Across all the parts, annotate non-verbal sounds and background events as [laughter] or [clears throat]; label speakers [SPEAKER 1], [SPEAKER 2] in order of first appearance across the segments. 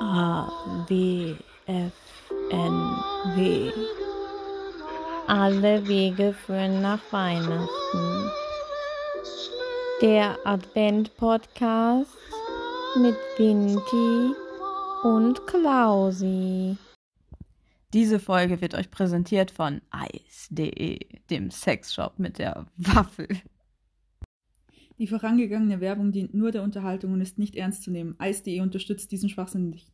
[SPEAKER 1] A W F N W. Alle Wege führen nach Weihnachten. Der Advent-Podcast mit Vinti und Klausi.
[SPEAKER 2] Diese Folge wird euch präsentiert von Eis.de, dem Sexshop mit der Waffel.
[SPEAKER 3] Die vorangegangene Werbung dient nur der Unterhaltung und ist nicht ernst zu nehmen. Eis.de unterstützt diesen Schwachsinn nicht.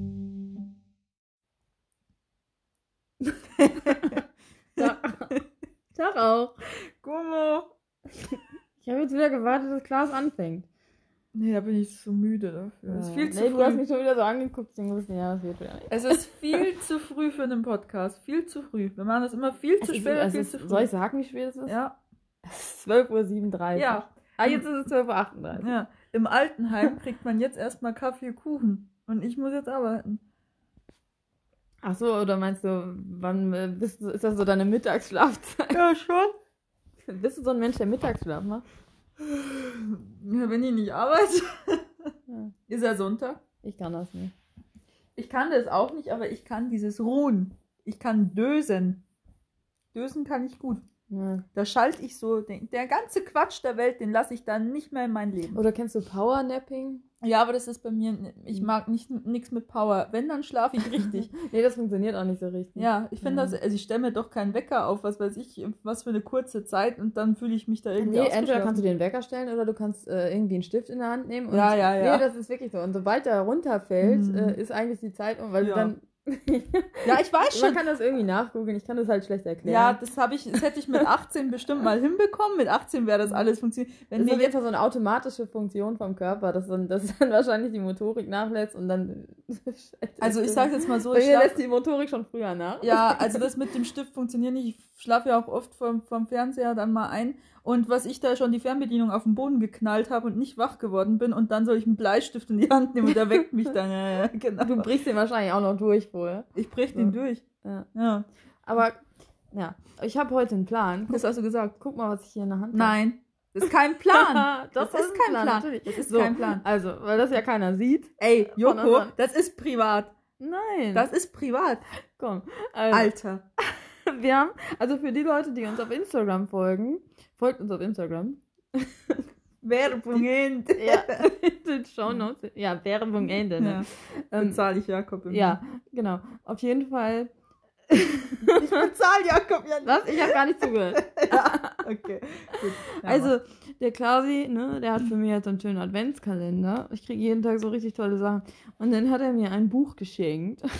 [SPEAKER 4] [laughs] Tag auch.
[SPEAKER 5] Gummo.
[SPEAKER 4] [laughs] Ich habe jetzt wieder gewartet, dass Klaas anfängt.
[SPEAKER 5] Nee, da bin ich so müde dafür.
[SPEAKER 3] Es ist viel zu
[SPEAKER 4] nee, du hast
[SPEAKER 3] früh.
[SPEAKER 4] mich schon wieder so angeguckt, deswegen wusste ich, ja, das wird wieder. nicht.
[SPEAKER 3] Es ist viel [laughs] zu früh für einen Podcast. Viel zu früh. Wir machen das immer viel zu
[SPEAKER 4] Es ist-
[SPEAKER 3] spät und
[SPEAKER 4] es
[SPEAKER 3] viel
[SPEAKER 4] ist-
[SPEAKER 3] zu früh.
[SPEAKER 4] Soll ich sagen, wie spät es ist?
[SPEAKER 3] ja,
[SPEAKER 4] Es ist 12.37 Uhr.
[SPEAKER 3] ja,
[SPEAKER 4] Ah, jetzt ist es 12.38 Uhr.
[SPEAKER 3] ja. Im Altenheim kriegt man jetzt erstmal Kaffee und Kuchen. Und ich muss jetzt arbeiten.
[SPEAKER 4] Ach so, oder meinst du, wann äh, bist du, ist das so deine Mittagsschlafzeit?
[SPEAKER 3] Ja, schon.
[SPEAKER 4] [laughs] bist du so ein Mensch, der Mittagsschlaf macht?
[SPEAKER 3] Ja, wenn ich nicht arbeite.
[SPEAKER 4] Ja.
[SPEAKER 3] Ist ja Sonntag.
[SPEAKER 4] Ich kann das nicht.
[SPEAKER 3] Ich kann das auch nicht, aber ich kann dieses Ruhen. Ich kann dösen. Dösen kann ich gut.
[SPEAKER 4] Ja.
[SPEAKER 3] Da schalte ich so, den, der ganze Quatsch der Welt, den lasse ich dann nicht mehr in mein Leben.
[SPEAKER 4] Oder kennst du Powernapping?
[SPEAKER 3] Ja, aber das ist bei mir, n- ich mag nicht nichts mit Power. Wenn, dann schlafe ich [laughs] richtig.
[SPEAKER 4] Nee, das funktioniert auch nicht so richtig.
[SPEAKER 3] ja, ich finde
[SPEAKER 4] Ja.
[SPEAKER 3] das, also ich stelle mir doch keinen Wecker auf, was weiß ich, was für eine kurze Zeit und dann fühle ich mich da irgendwie
[SPEAKER 4] Nee, entweder kannst
[SPEAKER 3] ausgeschlafen.
[SPEAKER 4] du den Wecker stellen oder du kannst äh, irgendwie einen Stift in der Hand nehmen. Und
[SPEAKER 3] Ja, ja, ja.
[SPEAKER 4] Nee, das ist wirklich so. Und sobald der runterfällt,
[SPEAKER 3] Mhm.
[SPEAKER 4] äh, ist eigentlich die Zeit, um, weil
[SPEAKER 3] Ja.
[SPEAKER 4] dann. [laughs]
[SPEAKER 3] Ja, ich weiß
[SPEAKER 4] Man
[SPEAKER 3] schon.
[SPEAKER 4] kann das irgendwie nachgoogeln, ich kann das halt schlecht
[SPEAKER 3] Ja,
[SPEAKER 4] erklären.
[SPEAKER 3] das habe ich, das hätte ich mit 18 bestimmt mal hinbekommen. Mit 18 wäre das alles funktioniert. Wenn
[SPEAKER 4] das
[SPEAKER 3] mir
[SPEAKER 4] ist auf jeden
[SPEAKER 3] jetzt
[SPEAKER 4] Fall so eine automatische Funktion vom Körper, dass dann, dass dann wahrscheinlich die Motorik nachlässt und dann. [laughs]
[SPEAKER 3] also ich sage jetzt mal so,
[SPEAKER 4] Bei
[SPEAKER 3] ich
[SPEAKER 4] mir lässt
[SPEAKER 3] schlaf,
[SPEAKER 4] die Motorik schon früher nach.
[SPEAKER 3] ja, also das mit dem Stift funktioniert nicht. Ich schlafe ja auch oft vom, vom Fernseher dann mal ein. Und was ich da schon die Fernbedienung auf den Boden geknallt habe und nicht wach geworden bin und dann soll ich einen Bleistift in die Hand nehmen und der weckt mich dann. Ja, ja, genau.
[SPEAKER 4] Du brichst den wahrscheinlich auch noch durch wohl.
[SPEAKER 3] Ich brech den durch.
[SPEAKER 4] Ja.
[SPEAKER 3] Ja.
[SPEAKER 4] Aber ja, ich habe heute einen Plan. Guck,
[SPEAKER 3] Das hast du gesagt.
[SPEAKER 4] guck mal, was ich hier in der Hand habe. [laughs]
[SPEAKER 3] Nein. Das ist kein Plan.
[SPEAKER 4] das,
[SPEAKER 3] Das
[SPEAKER 4] ist kein Plan. natürlich.
[SPEAKER 3] Das ist
[SPEAKER 4] So.
[SPEAKER 3] kein Plan.
[SPEAKER 4] Also, weil das ja keiner sieht.
[SPEAKER 3] Ey, Joko,
[SPEAKER 4] anderen.
[SPEAKER 3] das ist privat.
[SPEAKER 4] Nein.
[SPEAKER 3] Das ist privat.
[SPEAKER 4] komm. Also,
[SPEAKER 3] Alter.
[SPEAKER 4] [laughs] Wir haben, also für die Leute, die uns auf Instagram folgen, folgt uns auf Instagram. [laughs]
[SPEAKER 3] Werbung Ende.
[SPEAKER 4] Ja, in den Show Notes. Ja, Werbung Ende.
[SPEAKER 3] Mhm. Ja.
[SPEAKER 4] Ne? Ähm,
[SPEAKER 3] Bezahl ich Jakob. im
[SPEAKER 4] ja, genau. Auf jeden Fall.
[SPEAKER 3] Monat. [laughs] Ich bezahl Jakob ja nicht.
[SPEAKER 4] Was? Ich habe gar nicht zugehört.
[SPEAKER 3] Okay. Gut. [laughs] Ja, Mann.
[SPEAKER 4] Also, der Klausi, ne, der hat für mich jetzt so einen schönen Adventskalender. Ich kriege jeden Tag so richtig tolle Sachen. Und dann hat er mir ein Buch geschenkt. [laughs]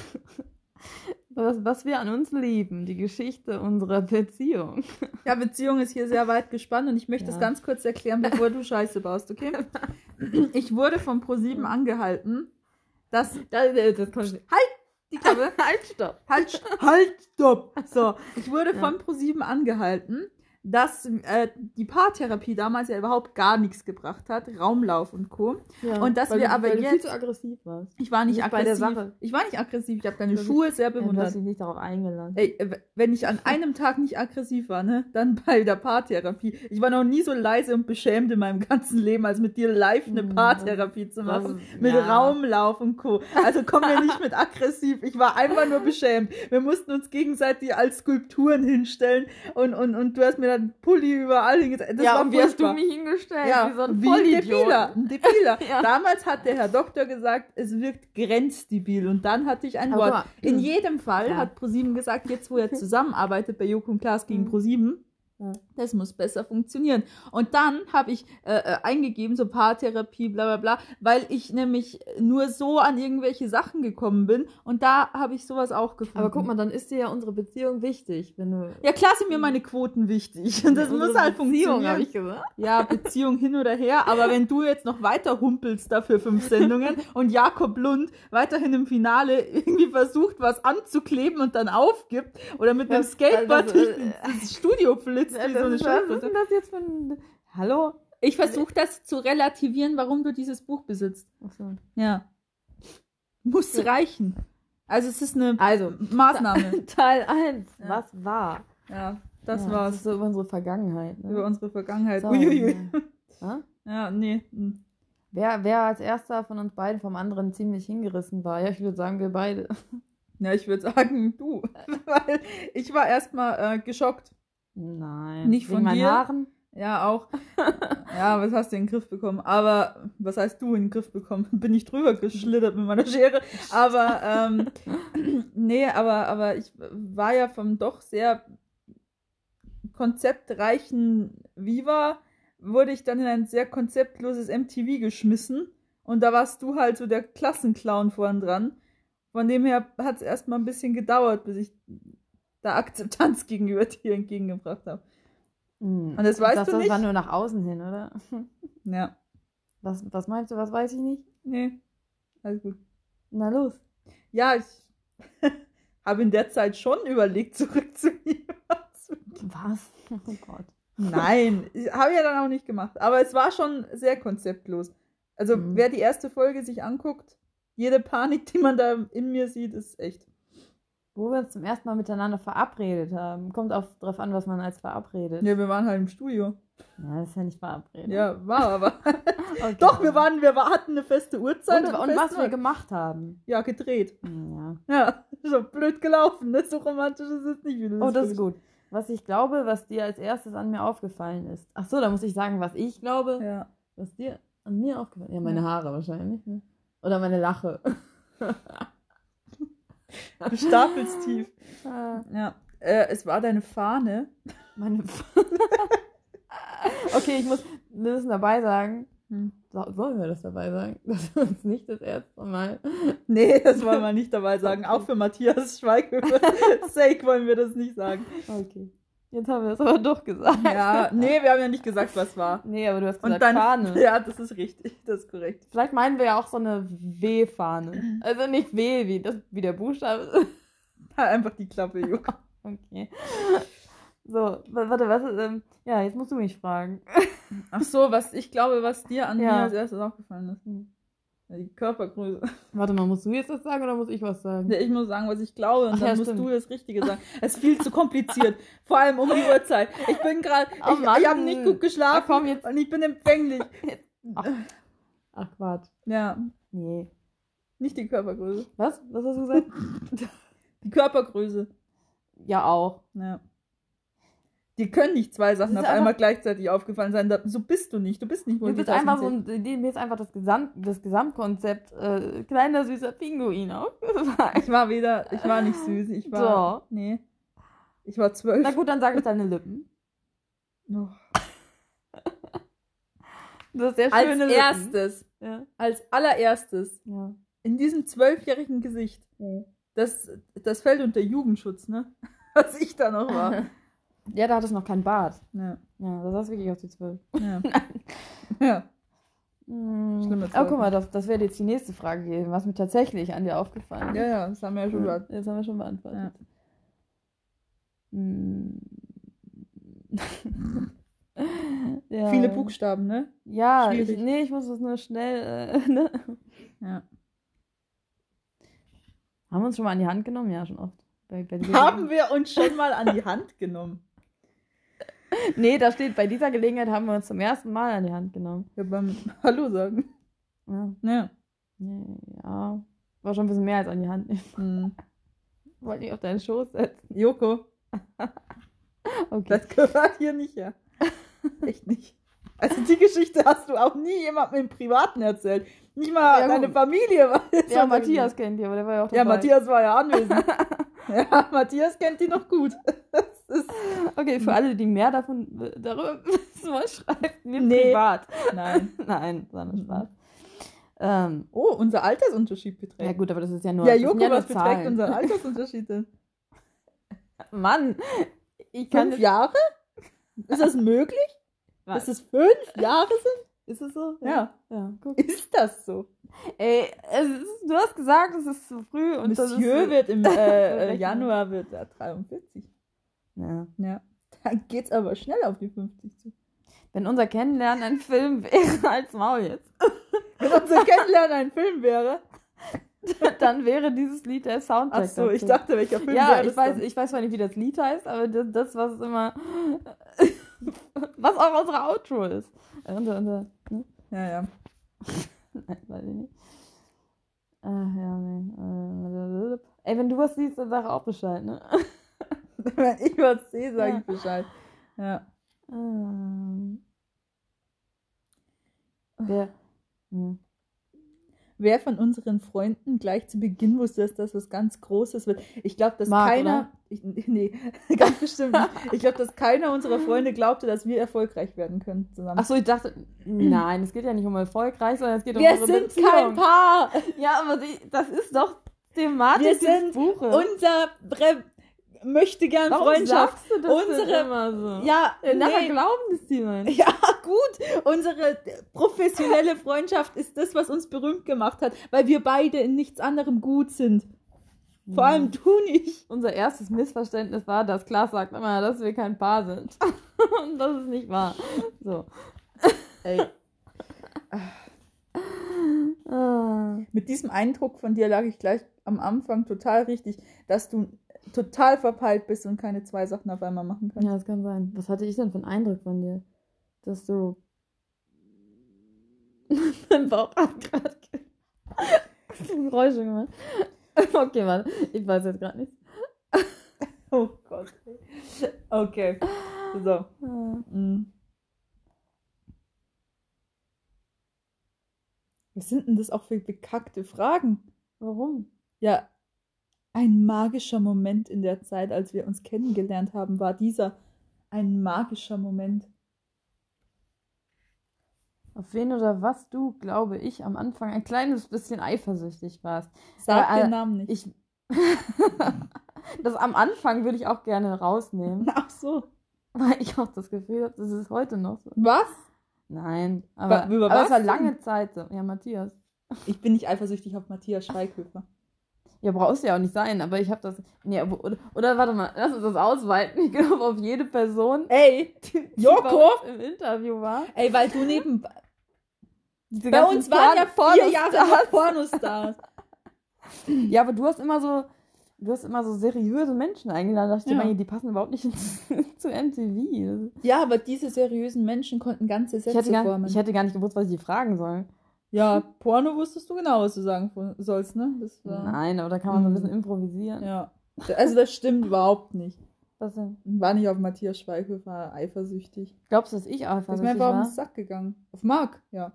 [SPEAKER 4] Was, was wir an uns lieben, die Geschichte unserer Beziehung.
[SPEAKER 3] ja, Beziehung ist hier sehr weit gespannt und ich möchte
[SPEAKER 4] Ja.
[SPEAKER 3] es ganz kurz erklären, bevor du Scheiße baust,
[SPEAKER 4] [laughs]
[SPEAKER 3] okay? Ich wurde vom ProSieben angehalten, dass.
[SPEAKER 4] Das, äh, das kommt.
[SPEAKER 3] Halt! Die Klappe!
[SPEAKER 4] [laughs] Halt, stopp.
[SPEAKER 3] Halt, st- halt, stopp! So, ich wurde
[SPEAKER 4] Ja.
[SPEAKER 3] von ProSieben angehalten, dass äh, die Paartherapie damals ja überhaupt gar nichts gebracht hat, Raumlauf und Co.
[SPEAKER 4] Ja,
[SPEAKER 3] Und dass
[SPEAKER 4] weil
[SPEAKER 3] wir
[SPEAKER 4] du,
[SPEAKER 3] aber
[SPEAKER 4] weil Du viel
[SPEAKER 3] jetzt-
[SPEAKER 4] zu aggressiv warst.
[SPEAKER 3] Ich war nicht,
[SPEAKER 4] Nicht bei der
[SPEAKER 3] aggressiv.
[SPEAKER 4] Sache.
[SPEAKER 3] Ich war nicht aggressiv, ich habe deine
[SPEAKER 4] Das-
[SPEAKER 3] Schuhe sehr
[SPEAKER 4] Ja, du
[SPEAKER 3] bewundert.
[SPEAKER 4] hast dich nicht darauf eingeladen.
[SPEAKER 3] Ey, äh, w- wenn ich
[SPEAKER 4] [laughs]
[SPEAKER 3] an einem Tag nicht aggressiv war, ne, dann [laughs] bei der Paartherapie. Ich war noch nie so leise und beschämt in meinem ganzen Leben, als mit dir live eine
[SPEAKER 4] Mhm.
[SPEAKER 3] Paartherapie zu
[SPEAKER 4] Das
[SPEAKER 3] machen.
[SPEAKER 4] ist-
[SPEAKER 3] Mit
[SPEAKER 4] ja.
[SPEAKER 3] Raumlauf und Co. Also komm mir nicht
[SPEAKER 4] [laughs]
[SPEAKER 3] mit aggressiv. Ich war einfach nur beschämt. Wir mussten uns gegenseitig als Skulpturen hinstellen und, und, und du hast mir dann Pulli überall hingesetzt. Das
[SPEAKER 4] ja,
[SPEAKER 3] war
[SPEAKER 4] und wie hast du
[SPEAKER 3] furchtbar.
[SPEAKER 4] mich hingestellt?
[SPEAKER 3] Ja,
[SPEAKER 4] wie so ein
[SPEAKER 3] wie ein Debiler.
[SPEAKER 4] Vollidiot.
[SPEAKER 3] Ein Debiler.
[SPEAKER 4] [laughs] Ja.
[SPEAKER 3] Damals hat der Herr Doktor gesagt, es wirkt grenzdebil. Und dann hatte ich ein
[SPEAKER 4] Aber
[SPEAKER 3] Wort.
[SPEAKER 4] guck mal.
[SPEAKER 3] In jedem Fall
[SPEAKER 4] Ja.
[SPEAKER 3] hat ProSieben gesagt, jetzt wo
[SPEAKER 4] [laughs]
[SPEAKER 3] er zusammenarbeitet bei Joko und Klaas gegen
[SPEAKER 4] Mhm.
[SPEAKER 3] ProSieben,
[SPEAKER 4] Ja.
[SPEAKER 3] das muss besser funktionieren. Und dann habe ich äh, äh, eingegeben, so Paartherapie, bla bla bla, weil ich nämlich nur so an irgendwelche Sachen gekommen bin. Und da habe ich sowas auch gefunden.
[SPEAKER 4] Aber guck mal, dann ist dir ja unsere Beziehung wichtig, wenn du.
[SPEAKER 3] Ja, klar sind mir meine Quoten wichtig. [laughs] Und das muss halt
[SPEAKER 4] Beziehung,
[SPEAKER 3] funktionieren.
[SPEAKER 4] habe ich gesagt.
[SPEAKER 3] Ja, Beziehung hin oder her, aber wenn du jetzt noch weiter humpelst dafür fünf
[SPEAKER 4] [laughs]
[SPEAKER 3] Sendungen und Jakob Lund weiterhin im Finale irgendwie versucht, was anzukleben und dann aufgibt oder mit einem
[SPEAKER 4] Ja,
[SPEAKER 3] Skateboard
[SPEAKER 4] also,
[SPEAKER 3] durch
[SPEAKER 4] äh,
[SPEAKER 3] das Studio flitzt wie so eine
[SPEAKER 4] was ist
[SPEAKER 3] Scheiße.
[SPEAKER 4] denn das jetzt für ein. Hallo?
[SPEAKER 3] Ich versuche das zu relativieren, warum du dieses Buch besitzt.
[SPEAKER 4] Achso.
[SPEAKER 3] Ja. Muss reichen. Also es ist eine
[SPEAKER 4] Also,
[SPEAKER 3] Maßnahme.
[SPEAKER 4] Teil 1.
[SPEAKER 3] Ja.
[SPEAKER 4] Was war?
[SPEAKER 3] Ja, das
[SPEAKER 4] [laughs] ja,
[SPEAKER 3] war's
[SPEAKER 4] so über unsere Vergangenheit. Ne?
[SPEAKER 3] über unsere Vergangenheit.
[SPEAKER 4] so,
[SPEAKER 3] Uiuiui.
[SPEAKER 4] ja. Ja?
[SPEAKER 3] Ja, nee. hm.
[SPEAKER 4] Wer, wer als erster von uns beiden vom anderen ziemlich hingerissen war? Ja, ich würde sagen, wir beide.
[SPEAKER 3] Ja, ich würde sagen, du. [laughs] Weil ich war erstmal äh, geschockt.
[SPEAKER 4] Nein.
[SPEAKER 3] Nicht
[SPEAKER 4] Wegen
[SPEAKER 3] von
[SPEAKER 4] meinen
[SPEAKER 3] dir?
[SPEAKER 4] Haaren?
[SPEAKER 3] Ja, auch. ja, was hast du in den Griff bekommen? Aber, was heißt du in den Griff bekommen? [laughs] Bin ich drüber geschlittert mit meiner Schere. Aber, ähm, [clears throat] nee, aber, aber ich war ja vom doch sehr konzeptreichen Viva, wurde ich dann in ein sehr konzeptloses MTV geschmissen. Und da warst du halt so der Klassenclown vorn dran. Von dem her hat es erstmal ein bisschen gedauert, bis ich da Akzeptanz [laughs] gegenüber dir entgegengebracht habe.
[SPEAKER 4] Hm.
[SPEAKER 3] Und das weißt
[SPEAKER 4] das,
[SPEAKER 3] du
[SPEAKER 4] Das war
[SPEAKER 3] nicht?
[SPEAKER 4] nur nach außen hin, oder?
[SPEAKER 3] Ja.
[SPEAKER 4] Was, was meinst du, was weiß ich nicht?
[SPEAKER 3] Nee. Alles gut.
[SPEAKER 4] Na los.
[SPEAKER 3] Ja, ich [laughs] habe in der Zeit schon überlegt, zurück zu [laughs] mir. zu-
[SPEAKER 4] Was? [laughs] Oh Gott.
[SPEAKER 3] Nein, ich- habe ja dann auch nicht gemacht. Aber es war schon sehr konzeptlos. Also,
[SPEAKER 4] Mhm.
[SPEAKER 3] wer die erste Folge sich anguckt, jede Panik, die man da in mir sieht, ist echt.
[SPEAKER 4] Wo wir uns zum ersten Mal miteinander verabredet haben. Kommt auch drauf an, was man als verabredet.
[SPEAKER 3] Ja, wir waren halt im Studio.
[SPEAKER 4] Ja, das ist ja nicht verabredet.
[SPEAKER 3] Ja, war aber. [laughs]
[SPEAKER 4] Okay.
[SPEAKER 3] Doch, wir waren, halt wir war- hatten eine feste Uhrzeit.
[SPEAKER 4] Genau. Und,
[SPEAKER 3] einen
[SPEAKER 4] und was
[SPEAKER 3] festen
[SPEAKER 4] wir
[SPEAKER 3] Ort.
[SPEAKER 4] gemacht haben.
[SPEAKER 3] Ja, gedreht.
[SPEAKER 4] Hm, Ja.
[SPEAKER 3] Ja, [laughs] so blöd gelaufen. Ne? So romantisch ist es nicht, wie du
[SPEAKER 4] Oh,
[SPEAKER 3] das
[SPEAKER 4] das ist gut. Was ich glaube, was dir als erstes an mir aufgefallen ist. Ach so, da muss ich sagen, was ich glaube,
[SPEAKER 3] Ja.
[SPEAKER 4] was dir an mir aufgefallen ist. Ja, meine Haare wahrscheinlich. Ne? Oder meine Lache.
[SPEAKER 3] Du stapelst tief.
[SPEAKER 4] Ah,
[SPEAKER 3] Ja. Äh, es war deine Fahne.
[SPEAKER 4] meine. [laughs] okay, ich muss. Wir müssen dabei sagen.
[SPEAKER 3] Hm.
[SPEAKER 4] so- Sollen wir das dabei sagen? [laughs] Das wir uns nicht das erste Mal.
[SPEAKER 3] Nee, das wollen wir nicht dabei sagen. Auch für Matthias
[SPEAKER 4] [laughs]
[SPEAKER 3] Schweighöfer sake wollen wir das nicht sagen.
[SPEAKER 4] Okay. Jetzt haben wir das aber doch gesagt.
[SPEAKER 3] Ja, nee, wir haben ja nicht gesagt, was war.
[SPEAKER 4] Nee, aber du hast
[SPEAKER 3] Und
[SPEAKER 4] gesagt
[SPEAKER 3] deine
[SPEAKER 4] Fahne.
[SPEAKER 3] Ja, das ist richtig, das ist korrekt.
[SPEAKER 4] [laughs] Vielleicht meinen wir ja auch so eine W-Fahne. Also nicht W, wie, das, wie der Buchstabe ist. [laughs]
[SPEAKER 3] Halt einfach die Klappe, Juk.
[SPEAKER 4] Okay. So, wa- warte, was ist, ähm, ja, jetzt musst du mich fragen.
[SPEAKER 3] Ach so, was ich glaube, was dir an
[SPEAKER 4] Ja.
[SPEAKER 3] mir als erstes aufgefallen ist.
[SPEAKER 4] Hm.
[SPEAKER 3] Die Körpergröße.
[SPEAKER 4] Warte mal, musst du jetzt das sagen oder muss ich was sagen?
[SPEAKER 3] Nee, Ich muss sagen, was ich glaube, und
[SPEAKER 4] Ach
[SPEAKER 3] dann
[SPEAKER 4] ja,
[SPEAKER 3] musst
[SPEAKER 4] stimmt.
[SPEAKER 3] du das Richtige sagen. Es ist viel zu kompliziert. Vor allem um die Uhrzeit. Ich bin gerade,
[SPEAKER 4] Oh
[SPEAKER 3] ich,
[SPEAKER 4] Mann.
[SPEAKER 3] ich habe nicht gut
[SPEAKER 4] Ah,
[SPEAKER 3] geschlafen
[SPEAKER 4] komm jetzt.
[SPEAKER 3] und ich bin empfänglich.
[SPEAKER 4] Ach Quatsch.
[SPEAKER 3] Ja,
[SPEAKER 4] Nee.
[SPEAKER 3] nicht die Körpergröße.
[SPEAKER 4] Was? Was hast du gesagt? [laughs]
[SPEAKER 3] Die Körpergröße.
[SPEAKER 4] ja, auch.
[SPEAKER 3] Ja. Dir können nicht zwei Sachen
[SPEAKER 4] Das
[SPEAKER 3] auf
[SPEAKER 4] ist
[SPEAKER 3] einmal gleichzeitig aufgefallen sein. Da- So bist du nicht. Du bist nicht
[SPEAKER 4] Mir ist
[SPEAKER 3] multitasking-
[SPEAKER 4] einfach so ein, mir ist einfach das, Gesamt, das Gesamtkonzept äh, kleiner süßer Pinguin [laughs] aufgefallen.
[SPEAKER 3] [laughs] Ich war weder, ich war nicht süß. Ich war.
[SPEAKER 4] Doch.
[SPEAKER 3] Nee. Ich war zwölf.
[SPEAKER 4] Na gut, dann sage ich deine Lippen.
[SPEAKER 3] Oh.
[SPEAKER 4] [laughs] Du hast sehr
[SPEAKER 3] Als
[SPEAKER 4] schöne Lippen.
[SPEAKER 3] erstes,
[SPEAKER 4] Ja.
[SPEAKER 3] als allererstes,
[SPEAKER 4] ja.
[SPEAKER 3] in diesem zwölfjährigen Gesicht, das, das fällt unter Jugendschutz, ne? [laughs] Was ich da noch [laughs] war.
[SPEAKER 4] ja, da hattest du noch kein Bart.
[SPEAKER 3] Ja.
[SPEAKER 4] Ja, das hast du wirklich auf die zwölf.
[SPEAKER 3] Ja. ja.
[SPEAKER 4] Hm.
[SPEAKER 3] Schlimme
[SPEAKER 4] Aber
[SPEAKER 3] Zeiten.
[SPEAKER 4] guck mal, das, das wäre jetzt die nächste Frage gewesen, was mir tatsächlich an dir aufgefallen
[SPEAKER 3] Ja, ja, das haben wir ja schon gehört.
[SPEAKER 4] Jetzt haben wir schon beantwortet. [laughs] Hm. Ja.
[SPEAKER 3] Viele Buchstaben, ne?
[SPEAKER 4] Ja, ich,
[SPEAKER 3] Schwierig.
[SPEAKER 4] nee, ich muss das nur schnell. Äh, [laughs] ne?
[SPEAKER 3] Ja.
[SPEAKER 4] Haben wir uns schon mal an die Hand genommen? Ja, schon oft. Bei, bei dieser-
[SPEAKER 3] Haben wir uns schon mal an die Hand genommen?
[SPEAKER 4] Nee, da steht, bei dieser Gelegenheit haben wir uns zum ersten Mal an die Hand genommen.
[SPEAKER 3] Ja, beim [laughs] Hallo sagen.
[SPEAKER 4] Ja,
[SPEAKER 3] Ja.
[SPEAKER 4] nee, ja. war schon ein bisschen mehr als an die Hand nehmen. [laughs]
[SPEAKER 3] Hm.
[SPEAKER 4] Wollte ich auf deinen Schoß setzen.
[SPEAKER 3] Joko.
[SPEAKER 4] Okay.
[SPEAKER 3] Das gehört hier nicht
[SPEAKER 4] [laughs]
[SPEAKER 3] her. Echt nicht. Also die Geschichte hast du auch nie jemandem im Privaten erzählt. Nicht mal
[SPEAKER 4] Ja, gut.
[SPEAKER 3] deine Familie. war-
[SPEAKER 4] Ja,
[SPEAKER 3] sondern-
[SPEAKER 4] Matthias kennt ihr, aber der war ja auch dabei.
[SPEAKER 3] Ja, Matthias war ja anwesend.
[SPEAKER 4] [laughs]
[SPEAKER 3] ja, Matthias kennt die noch gut. Das ist,
[SPEAKER 4] Okay,
[SPEAKER 3] Mhm.
[SPEAKER 4] für alle, die mehr davon äh, darüber [laughs] wissen wollen, schreibt mir
[SPEAKER 3] Nee.
[SPEAKER 4] privat.
[SPEAKER 3] nein.
[SPEAKER 4] Nein, das war nur
[SPEAKER 3] Mhm.
[SPEAKER 4] Spaß. Ähm,
[SPEAKER 3] Oh, unser Altersunterschied beträgt.
[SPEAKER 4] ja gut, aber das ist ja nur
[SPEAKER 3] Ja,
[SPEAKER 4] das sind
[SPEAKER 3] Joko,
[SPEAKER 4] nur
[SPEAKER 3] was beträgt
[SPEAKER 4] Zahlen.
[SPEAKER 3] unser Altersunterschied denn?
[SPEAKER 4] Mann, [laughs] ich kann
[SPEAKER 3] Fünf
[SPEAKER 4] das,
[SPEAKER 3] Jahre? Ist das möglich?
[SPEAKER 4] Was?
[SPEAKER 3] Dass es fünf Jahre sind?
[SPEAKER 4] Ist es so?
[SPEAKER 3] Ja.
[SPEAKER 4] Ja, guck.
[SPEAKER 3] Ist das so?
[SPEAKER 4] Ey, es ist, du hast gesagt, es ist zu früh und das
[SPEAKER 3] Monsieur
[SPEAKER 4] ist,
[SPEAKER 3] wird
[SPEAKER 4] [laughs]
[SPEAKER 3] im äh, äh,
[SPEAKER 4] Rechnen.
[SPEAKER 3] Januar wird er 43.
[SPEAKER 4] ja.
[SPEAKER 3] Ja. Dann geht's aber schnell auf die 50 zu.
[SPEAKER 4] Wenn unser Kennenlernen ein Film [laughs] wäre als Maul jetzt,
[SPEAKER 3] Wenn unser [laughs] Kennenlernen ein Film wäre.
[SPEAKER 4] dann wäre dieses Lied der Soundtrack.
[SPEAKER 3] Ach so, ich
[SPEAKER 4] dazu.
[SPEAKER 3] dachte, welcher Film
[SPEAKER 4] Ja,
[SPEAKER 3] wäre
[SPEAKER 4] ich
[SPEAKER 3] das
[SPEAKER 4] weiß,
[SPEAKER 3] dann?
[SPEAKER 4] ich weiß zwar nicht, wie das [laughs] Lied heißt, aber das, das was immer. was auch unsere Outro ist. äh, unser, unser, ne?
[SPEAKER 3] Ja, ja. [laughs]
[SPEAKER 4] Nein, weiß ich nicht. Ach ja, nee. Äh, Ey, wenn du was siehst, dann sag auch Bescheid, ne?
[SPEAKER 3] Wenn ich was sehe, sage
[SPEAKER 4] Ja.
[SPEAKER 3] ich Bescheid. Ja.
[SPEAKER 4] Ähm. Wer? Hm.
[SPEAKER 3] Wer von unseren Freunden gleich zu Beginn wusste, dass das was ganz Großes wird? Ich glaube, dass
[SPEAKER 4] Marc,
[SPEAKER 3] keiner. Ich, [laughs] nee, ganz bestimmt nicht. Ich glaube, dass keiner unserer Freunde glaubte, dass wir erfolgreich werden können zusammen.
[SPEAKER 4] Achso, ich dachte, nein, es geht ja nicht um erfolgreich, sondern es geht um
[SPEAKER 3] wir
[SPEAKER 4] unsere
[SPEAKER 3] sind
[SPEAKER 4] Beziehung.
[SPEAKER 3] kein Paar!
[SPEAKER 4] Ja, aber sie, das ist doch Thematik
[SPEAKER 3] Wir sind
[SPEAKER 4] dieses Buches.
[SPEAKER 3] Unser Bre möchte gern
[SPEAKER 4] Warum
[SPEAKER 3] Freundschaft.
[SPEAKER 4] sagst du das
[SPEAKER 3] unsere-
[SPEAKER 4] denn immer so?
[SPEAKER 3] Ja,
[SPEAKER 4] Ja, nachher
[SPEAKER 3] nee.
[SPEAKER 4] glauben das die Menschen.
[SPEAKER 3] Ja, gut. Unsere professionelle Freundschaft ist das, was uns berühmt gemacht hat, weil wir beide in nichts anderem gut sind. Vor
[SPEAKER 4] Hm.
[SPEAKER 3] allem du nicht.
[SPEAKER 4] Unser erstes Missverständnis war, dass Klaas sagt immer, dass wir kein Paar sind. [laughs] Und das ist nicht wahr. So.
[SPEAKER 3] Ey.
[SPEAKER 4] Ah.
[SPEAKER 3] Mit diesem Eindruck von dir lag ich gleich am Anfang total richtig, dass du total verpeilt bist und keine zwei Sachen auf einmal machen kannst.
[SPEAKER 4] Ja, das kann sein. Was hatte ich denn für einen Eindruck von dir? Dass du. [laughs] mein Bauch hat gerade ge- [laughs] Hast du Geräusche gemacht. [laughs] okay, warte. Ich weiß jetzt gerade nicht.
[SPEAKER 3] Oh Gott. Okay. So.
[SPEAKER 4] Ah.
[SPEAKER 3] Mm. Was sind denn das auch für bekackte Fragen?
[SPEAKER 4] Warum?
[SPEAKER 3] Ja, ein magischer Moment in der Zeit, als wir uns kennengelernt haben, war dieser ein magischer Moment.
[SPEAKER 4] Auf wen oder was du, glaube ich, am Anfang ein kleines bisschen eifersüchtig warst.
[SPEAKER 3] Sag
[SPEAKER 4] Aber, äh,
[SPEAKER 3] den Namen nicht.
[SPEAKER 4] Ich. [laughs] das am Anfang würde ich auch gerne rausnehmen, [laughs]
[SPEAKER 3] Ach so.
[SPEAKER 4] weil ich auch das Gefühl habe, das ist heute noch so.
[SPEAKER 3] Was?
[SPEAKER 4] Nein, aber,
[SPEAKER 3] Wa- über
[SPEAKER 4] aber
[SPEAKER 3] was
[SPEAKER 4] es war
[SPEAKER 3] denn?
[SPEAKER 4] lange Zeit so. Ja, Matthias.
[SPEAKER 3] Ich bin nicht eifersüchtig auf Matthias Schweighöfer.
[SPEAKER 4] Ja, brauchst ja auch nicht sein, aber ich habe das. Nee, aber, oder, oder warte mal, lass uns das ausweiten. [laughs] Ich glaube, auf jede Person, [laughs]
[SPEAKER 3] Ey,
[SPEAKER 4] die
[SPEAKER 3] Joko!
[SPEAKER 4] bei uns im Interview war.
[SPEAKER 3] Ey, weil du neben.
[SPEAKER 4] Diese
[SPEAKER 3] Bei
[SPEAKER 4] ganzen
[SPEAKER 3] uns waren ja
[SPEAKER 4] Porn-
[SPEAKER 3] vier Jahre
[SPEAKER 4] Pornostars.
[SPEAKER 3] lang Pornostars.
[SPEAKER 4] Ja, aber du hast immer so. Du hast immer so seriöse Menschen eingeladen. Da dachte ich
[SPEAKER 3] Ja.
[SPEAKER 4] mir, die passen überhaupt nicht [laughs] zu MTV.
[SPEAKER 3] Ja, aber diese seriösen Menschen konnten ganze
[SPEAKER 4] Ich
[SPEAKER 3] Sätze
[SPEAKER 4] hätte, gar,
[SPEAKER 3] formen.
[SPEAKER 4] ich hätte gar nicht gewusst, was ich die fragen soll.
[SPEAKER 3] ja, Porno wusstest du genau, was du sagen fo- sollst, ne? Das war,
[SPEAKER 4] Nein, aber da kann man so ein
[SPEAKER 3] Mhm.
[SPEAKER 4] bisschen improvisieren.
[SPEAKER 3] Ja. Also, das stimmt überhaupt nicht.
[SPEAKER 4] Was denn?
[SPEAKER 3] War nicht auf Matthias Schweighöfer eifersüchtig.
[SPEAKER 4] Glaubst du, dass ich auch
[SPEAKER 3] ich meine,
[SPEAKER 4] eifersüchtig
[SPEAKER 3] war auf
[SPEAKER 4] war?
[SPEAKER 3] den Sack gegangen. Auf Marc, ja.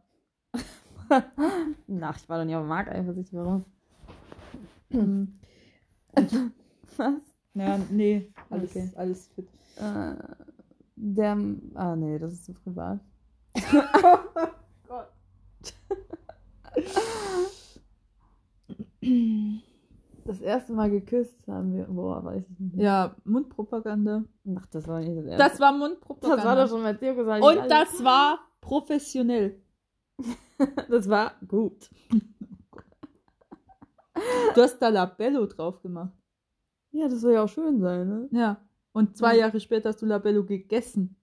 [SPEAKER 4] Na, ich war doch nicht auf dem Markt eifersüchtig. Warum?
[SPEAKER 3] Hm.
[SPEAKER 4] [laughs] Was?
[SPEAKER 3] Ja, nee, alles,
[SPEAKER 4] Okay.
[SPEAKER 3] alles fit.
[SPEAKER 4] Äh, der. Ah, nee, das ist zu privat. [laughs] Das erste Mal geküsst haben wir. Boah, weiß ich nicht.
[SPEAKER 3] Ja, Mundpropaganda.
[SPEAKER 4] Ach, das war nicht das erste.
[SPEAKER 3] Das war
[SPEAKER 4] das war
[SPEAKER 3] Mundpropaganda.
[SPEAKER 4] doch schon bei Theo gesagt.
[SPEAKER 3] Und das war professionell.
[SPEAKER 4] [laughs] das war gut.
[SPEAKER 3] Du hast da Labello drauf gemacht.
[SPEAKER 4] Ja, das soll ja auch schön sein, ne? [laughs]
[SPEAKER 3] Ja. Und zwei Jahre später hast du Labello [laughs] gegessen.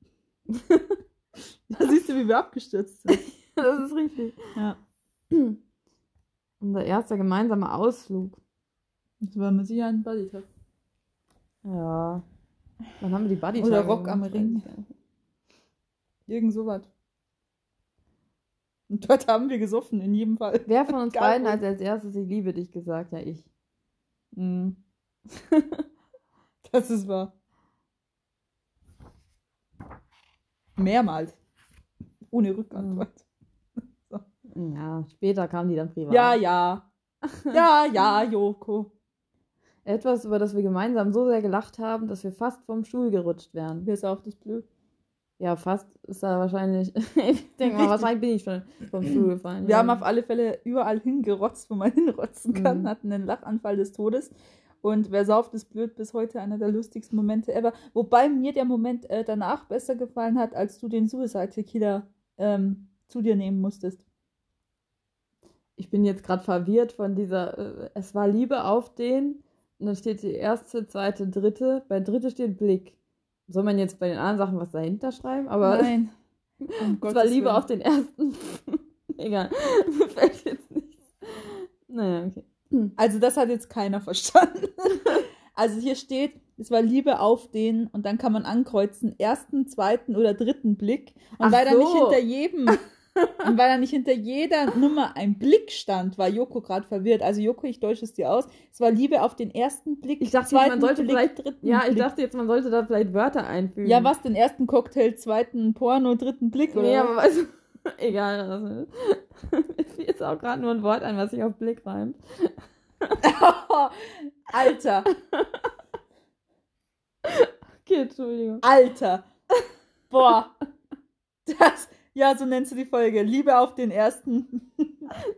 [SPEAKER 3] da siehst du, wie wir abgestürzt sind.
[SPEAKER 4] Das ist richtig.
[SPEAKER 3] Ja.
[SPEAKER 4] [clears throat] Unser erster gemeinsamer Ausflug.
[SPEAKER 3] Das war mit Sicherheit ein Bodytop.
[SPEAKER 4] Ja. Dann haben wir die Buddy
[SPEAKER 3] Oder Rock am Ring. Irgend sowas. Und dort haben wir gesoffen, in jedem Fall.
[SPEAKER 4] Wer von uns
[SPEAKER 3] Gar
[SPEAKER 4] beiden
[SPEAKER 3] nicht.
[SPEAKER 4] hat als erstes Ich liebe dich gesagt? Ja, ich.
[SPEAKER 3] Mhm. [laughs] das ist wahr. Mehrmals. Ohne Rückantwort.
[SPEAKER 4] Ja, später kamen die dann privat.
[SPEAKER 3] Ja, ja. Ja, ja, Joko.
[SPEAKER 4] Etwas, über das wir gemeinsam so sehr gelacht haben, dass wir fast vom Stuhl gerutscht wären.
[SPEAKER 3] Mir ist auch das blöd.
[SPEAKER 4] Ja, fast ist da wahrscheinlich. [laughs] ich denke mal, wahrscheinlich bin ich schon vom Stuhl gefallen.
[SPEAKER 3] Wir haben auf alle Fälle überall hingerotzt, wo man [laughs] hinrotzen kann,
[SPEAKER 4] Mhm.
[SPEAKER 3] hatten einen Lachanfall des Todes. Und wer sauft, ist blöd bis heute einer der lustigsten Momente ever. Wobei mir der Moment äh, danach besser gefallen hat, als du den Suicide Tequila ähm, zu dir nehmen musstest.
[SPEAKER 4] ich bin jetzt gerade verwirrt von dieser. Äh, es war Liebe auf den. Und dann steht die erste, zweite, dritte. Bei dritte steht Blick. Soll man jetzt bei den anderen Sachen was dahinter schreiben? Aber [laughs]
[SPEAKER 3] Nein. [laughs] Um
[SPEAKER 4] es war
[SPEAKER 3] Gottes
[SPEAKER 4] Liebe
[SPEAKER 3] Willen.
[SPEAKER 4] auf den ersten. [laughs] Egal. [laughs] Mir fällt jetzt nichts. Naja, okay.
[SPEAKER 3] [laughs] Also das hat jetzt keiner verstanden. also hier steht, Es war Liebe auf den und dann kann man ankreuzen, ersten, zweiten oder dritten Blick. Und
[SPEAKER 4] Ach
[SPEAKER 3] weil da nicht
[SPEAKER 4] so.
[SPEAKER 3] hinter
[SPEAKER 4] [laughs]
[SPEAKER 3] jedem, und weil da nicht hinter jeder Nummer ein Blick stand, war Joko gerade verwirrt. Also Joko, ich deutsche es dir aus. Es war Liebe auf den ersten Blick,
[SPEAKER 4] Ich dachte,
[SPEAKER 3] zweiten
[SPEAKER 4] man sollte
[SPEAKER 3] Blick,
[SPEAKER 4] vielleicht-
[SPEAKER 3] dritten
[SPEAKER 4] Ja, ich
[SPEAKER 3] Blick.
[SPEAKER 4] dachte jetzt, man sollte da vielleicht Wörter einfügen.
[SPEAKER 3] Ja, was? Den ersten Cocktail, zweiten Porno, dritten Blick, oder?
[SPEAKER 4] Nee,
[SPEAKER 3] was?
[SPEAKER 4] aber was? [laughs] Egal. Das ist. [laughs] Mir fiel jetzt auch gerade nur ein Wort ein, was sich auf Blick reimt. [laughs]
[SPEAKER 3] Alter,
[SPEAKER 4] Okay, Entschuldigung.
[SPEAKER 3] Alter. Boah. [laughs] Das, ja, so nennst du die Folge. Liebe auf den ersten.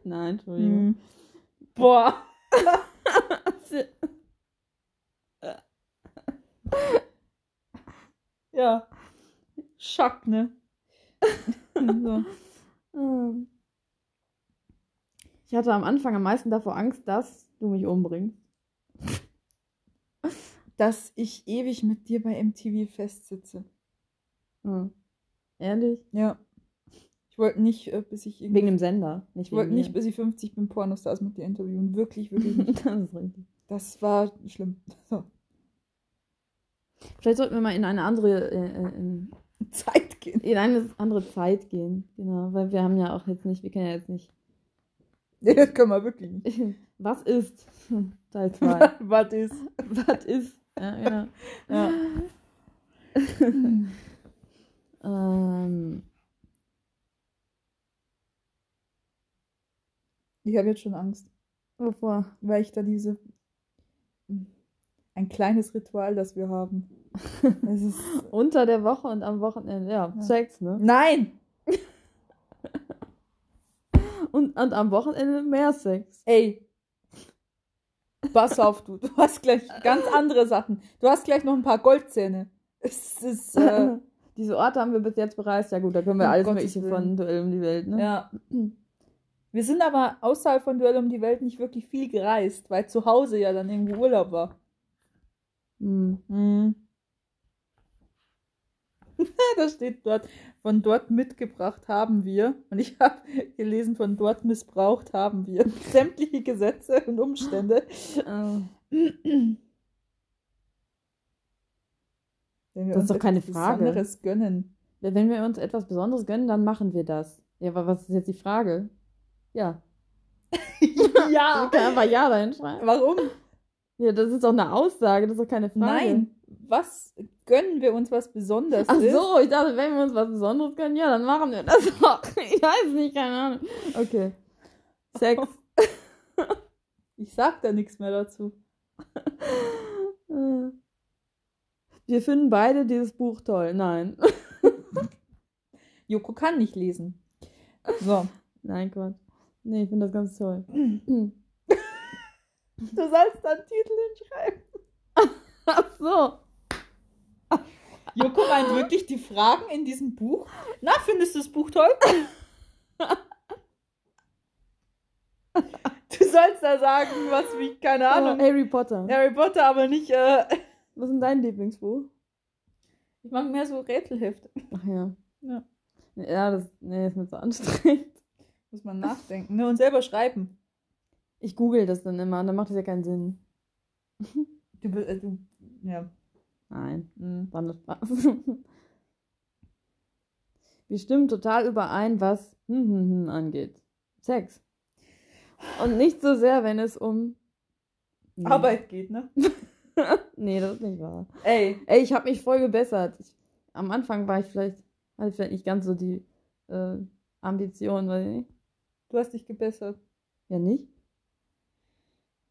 [SPEAKER 4] Nein, Entschuldigung.
[SPEAKER 3] Mhm. Boah. [laughs] Ja. Schock, ne?
[SPEAKER 4] [laughs]
[SPEAKER 3] so.
[SPEAKER 4] Ähm. Ich hatte am Anfang am meisten davor Angst, dass du mich umbringst.
[SPEAKER 3] Dass ich ewig mit dir bei MTV festsitze.
[SPEAKER 4] Hm. Ehrlich?
[SPEAKER 3] Ja. Ich wollte nicht, äh, bis ich irgendwie.
[SPEAKER 4] Wegen dem Sender, nicht
[SPEAKER 3] ich
[SPEAKER 4] wegen
[SPEAKER 3] wollte nicht,
[SPEAKER 4] mir.
[SPEAKER 3] bis ich 50 bin, Pornostars mit dir interviewen. Wirklich, wirklich nicht.
[SPEAKER 4] [laughs] Das ist richtig.
[SPEAKER 3] Das war schlimm. [laughs] So.
[SPEAKER 4] Vielleicht sollten wir mal in eine andere, äh, äh, in,
[SPEAKER 3] Zeit gehen.
[SPEAKER 4] in eine andere Zeit gehen. Genau, weil wir haben ja auch jetzt nicht, wir kennen ja jetzt
[SPEAKER 3] [laughs]
[SPEAKER 4] nicht. [laughs]
[SPEAKER 3] Nee, das können wir wirklich nicht.
[SPEAKER 4] Was ist? [laughs] Teil 2. [laughs]
[SPEAKER 3] Was ist?
[SPEAKER 4] Was ist? Ja, genau.
[SPEAKER 3] Ja.
[SPEAKER 4] [laughs] Ähm,
[SPEAKER 3] Ich habe jetzt schon Angst,
[SPEAKER 4] wovor?
[SPEAKER 3] weil ich da diese. hm, Ein kleines Ritual, das wir haben. Es ist.
[SPEAKER 4] Unter der Woche und am Wochenende. Ja,
[SPEAKER 3] Ja.
[SPEAKER 4] Sex, ne?
[SPEAKER 3] Nein!
[SPEAKER 4] Und, und am Wochenende mehr Sex.
[SPEAKER 3] Ey! Pass auf, du. Du hast gleich ganz andere Sachen. Du hast gleich noch ein paar Goldzähne. Es ist.
[SPEAKER 4] [laughs]
[SPEAKER 3] Äh,
[SPEAKER 4] Diese Orte haben wir bis jetzt bereist. Ja gut, da können wir
[SPEAKER 3] Um
[SPEAKER 4] alles
[SPEAKER 3] Gottes
[SPEAKER 4] Mögliche
[SPEAKER 3] Willen.
[SPEAKER 4] von Duell um die Welt, ne?
[SPEAKER 3] ja. Wir sind aber außerhalb von Duell um die Welt nicht wirklich viel gereist, weil zu Hause ja dann irgendwo Urlaub war.
[SPEAKER 4] Hm.
[SPEAKER 3] [laughs] da steht dort, von dort mitgebracht haben wir. Und ich habe gelesen, von dort missbraucht haben wir. [laughs] Sämtliche Gesetze und Umstände. Wenn wir
[SPEAKER 4] Das ist
[SPEAKER 3] uns
[SPEAKER 4] doch keine
[SPEAKER 3] etwas
[SPEAKER 4] Frage.
[SPEAKER 3] Besonderes gönnen.
[SPEAKER 4] Wenn wir uns etwas Besonderes gönnen, dann machen wir das. Ja, aber was ist jetzt die Frage? Ja.
[SPEAKER 3] ja!
[SPEAKER 4] Man [laughs] kann einfach [laughs] Ja reinschreiben.
[SPEAKER 3] Warum?
[SPEAKER 4] Ja, das ist doch eine Aussage, das ist doch keine Frage.
[SPEAKER 3] Nein. Was gönnen wir uns was Besonderes?
[SPEAKER 4] Ach so, ich dachte, wenn wir uns was Besonderes gönnen, ja, dann machen wir das auch. [laughs] Ich weiß nicht, keine Ahnung. Okay. Sex.
[SPEAKER 3] Ich sag da nichts mehr dazu.
[SPEAKER 4] Äh. Wir finden beide dieses Buch toll. Nein. [laughs]
[SPEAKER 3] Joko kann nicht lesen. So.
[SPEAKER 4] Nein, Quatsch. Nee, ich finde das ganz toll.
[SPEAKER 3] Du sollst dann Titel hinschreiben.
[SPEAKER 4] [laughs] Ach so.
[SPEAKER 3] Joko meint wirklich die Fragen in diesem Buch. Na, findest du das Buch [laughs] toll? Du sollst da sagen, was wie, keine
[SPEAKER 4] Ja,
[SPEAKER 3] Ahnung.
[SPEAKER 4] Oh, Harry Potter.
[SPEAKER 3] Harry Potter, aber nicht. Äh,
[SPEAKER 4] Was ist denn dein Lieblingsbuch?
[SPEAKER 3] ich mache mehr so Rätselhefte.
[SPEAKER 4] Ach ja.
[SPEAKER 3] Ja.
[SPEAKER 4] Nee, Ja, das nee, ist mir zu anstrengend.
[SPEAKER 3] Muss man nachdenken ne? und selber schreiben.
[SPEAKER 4] Ich google das dann immer und dann macht das ja keinen Sinn.
[SPEAKER 3] Du, bist- äh, du, ja.
[SPEAKER 4] Nein,
[SPEAKER 3] mm.
[SPEAKER 4] war nur Spaß. [laughs] Wir stimmen total überein, was hm, hm, hm angeht. Sex. Und nicht so sehr, wenn es um. Nee.
[SPEAKER 3] [laughs] Arbeit geht, ne?
[SPEAKER 4] Nee, das ist nicht wahr.
[SPEAKER 3] Ey,
[SPEAKER 4] Ey, ich habe mich voll gebessert. Ich, am Anfang war ich vielleicht, hatte ich vielleicht nicht ganz so die äh, Ambition, weiß ich nicht.
[SPEAKER 3] du hast dich gebessert.
[SPEAKER 4] Ja, nicht?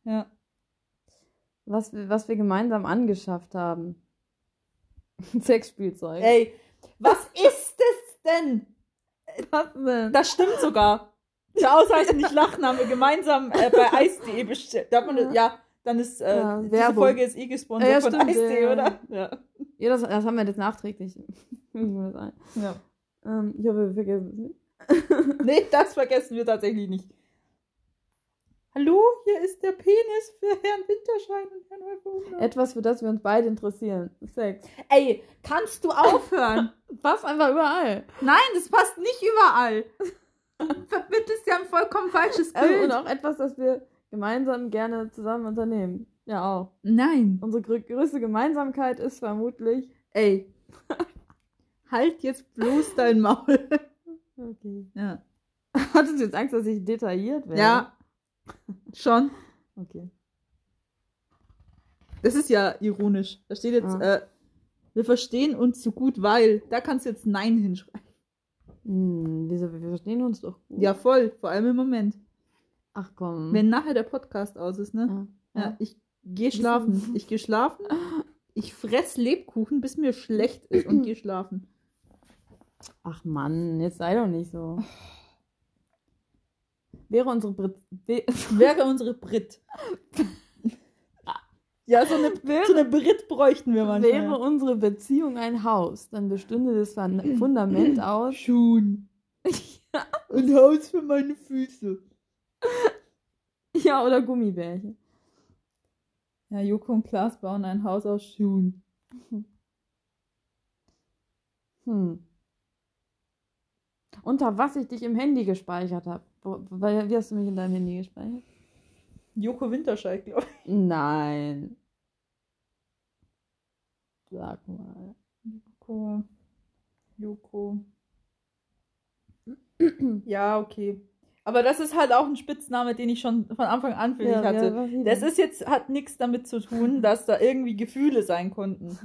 [SPEAKER 3] Ja.
[SPEAKER 4] Was, wir- was wir gemeinsam angeschafft haben. [laughs] Sexspielzeug.
[SPEAKER 3] Ey,
[SPEAKER 4] [laughs]
[SPEAKER 3] was ist es denn?
[SPEAKER 4] was denn?
[SPEAKER 3] Das stimmt sogar. Zur Ausreichend nicht lachen haben wir gemeinsam äh, bei
[SPEAKER 4] [laughs]
[SPEAKER 3] Eis.de bestellt. Darf man das? Ja, dann ist äh,
[SPEAKER 4] Ja,
[SPEAKER 3] diese
[SPEAKER 4] Werbung.
[SPEAKER 3] Folge ist eh gesponsert
[SPEAKER 4] Ja, ja,
[SPEAKER 3] von
[SPEAKER 4] stimmt,
[SPEAKER 3] Eis.de,
[SPEAKER 4] ja, ja.
[SPEAKER 3] oder? Ja.
[SPEAKER 4] Ja, das, das haben wir jetzt nachträglich. [laughs] Müssen wir das ein.
[SPEAKER 3] ja.
[SPEAKER 4] ähm, ich hoffe, wir vergessen es nicht.
[SPEAKER 3] Nee, das vergessen wir tatsächlich nicht. Hallo, hier ist der Penis für Herrn Winterschein und Herrn Wolfhuber.
[SPEAKER 4] Etwas, für das wir uns beide interessieren. Sex.
[SPEAKER 3] Ey, kannst du
[SPEAKER 4] [laughs]
[SPEAKER 3] aufhören?
[SPEAKER 4] Passt einfach überall.
[SPEAKER 3] Nein, das passt nicht
[SPEAKER 4] [laughs]
[SPEAKER 3] überall. Du
[SPEAKER 4] Äh,
[SPEAKER 3] vermittelst ja ein vollkommen falsches
[SPEAKER 4] Ähm, und auch etwas, das wir gemeinsam gerne zusammen unternehmen. Ja, auch.
[SPEAKER 3] Nein.
[SPEAKER 4] Unsere grö- größte Gemeinsamkeit ist vermutlich.
[SPEAKER 3] Ey. [laughs] halt jetzt bloß dein Maul.
[SPEAKER 4] Okay.
[SPEAKER 3] [laughs]
[SPEAKER 4] [laughs]
[SPEAKER 3] Ja.
[SPEAKER 4] Hattest du jetzt Angst, dass ich detailliert werde?
[SPEAKER 3] Ja. Schon.
[SPEAKER 4] Okay.
[SPEAKER 3] Das ist ja ironisch. Da steht jetzt,
[SPEAKER 4] Ah.
[SPEAKER 3] äh, wir verstehen uns so gut, weil. Da kannst du jetzt Nein hinschreiben.
[SPEAKER 4] Hm, wieso? Wir verstehen uns doch gut.
[SPEAKER 3] Ja, voll. Vor allem im Moment.
[SPEAKER 4] Ach komm.
[SPEAKER 3] Wenn nachher der Podcast aus ist, ne?
[SPEAKER 4] ja.
[SPEAKER 3] Mhm. Ja, ich gehe schlafen. Ich gehe [laughs] schlafen. Ich fress Lebkuchen, bis mir schlecht ist und gehe schlafen.
[SPEAKER 4] Ach Mann, jetzt sei doch nicht so. Wäre unsere Brit
[SPEAKER 3] [laughs]
[SPEAKER 4] wä- [laughs]
[SPEAKER 3] Wäre unsere Brit. Ja, so eine, so eine Brit bräuchten wir manchmal.
[SPEAKER 4] wäre unsere Beziehung ein Haus, dann bestünde
[SPEAKER 3] [laughs]
[SPEAKER 4] das Fun- Fundament aus.
[SPEAKER 3] Schuhen. Ein Haus für meine Füße.
[SPEAKER 4] Ja, oder Gummibärchen.
[SPEAKER 3] Ja, Joko und Klaas bauen ein Haus aus Schuhen.
[SPEAKER 4] Hm. Unter was ich dich im Handy gespeichert habe. Wie hast du mich in deinem Handy gespeichert?
[SPEAKER 3] Joko Winterscheid, glaube ich.
[SPEAKER 4] Nein. Sag mal.
[SPEAKER 3] Joko. Joko. [clears throat] Ja, okay. Aber das ist halt auch ein Spitzname, den ich schon von Anfang an für dich hatte. Das ist jetzt, hat nichts damit zu tun, [laughs] dass da irgendwie Gefühle sein konnten.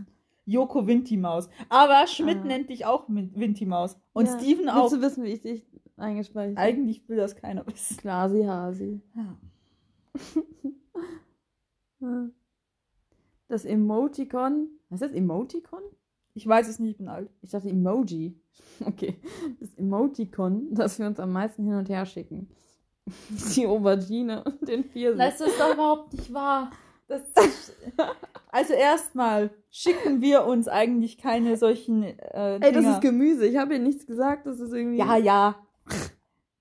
[SPEAKER 3] Joko Wintimaus. Aber Schmidt
[SPEAKER 4] Ah.
[SPEAKER 3] nennt dich auch Min- Wintimaus. Und Steven auch.
[SPEAKER 4] Willst du wissen, wie ich dich eingespeichert habe?
[SPEAKER 3] Eigentlich will das keiner wissen.
[SPEAKER 4] Klasi Hasi. Das Emoticon. Was ist das Emoticon?
[SPEAKER 3] Ich weiß es nicht, ich bin alt.
[SPEAKER 4] Ich dachte Emoji. [laughs] Okay. Das Emoticon, das wir uns am meisten hin und her schicken. [laughs] Die Aubergine und den Pfirsich.
[SPEAKER 3] ist doch überhaupt nicht wahr. Das ist, [laughs] also erstmal schicken wir uns eigentlich keine solchen äh,
[SPEAKER 4] Ey, das
[SPEAKER 3] Dinger.
[SPEAKER 4] ist Gemüse. Ich habe ihr nichts gesagt. Das ist irgendwie.
[SPEAKER 3] Ja, ja.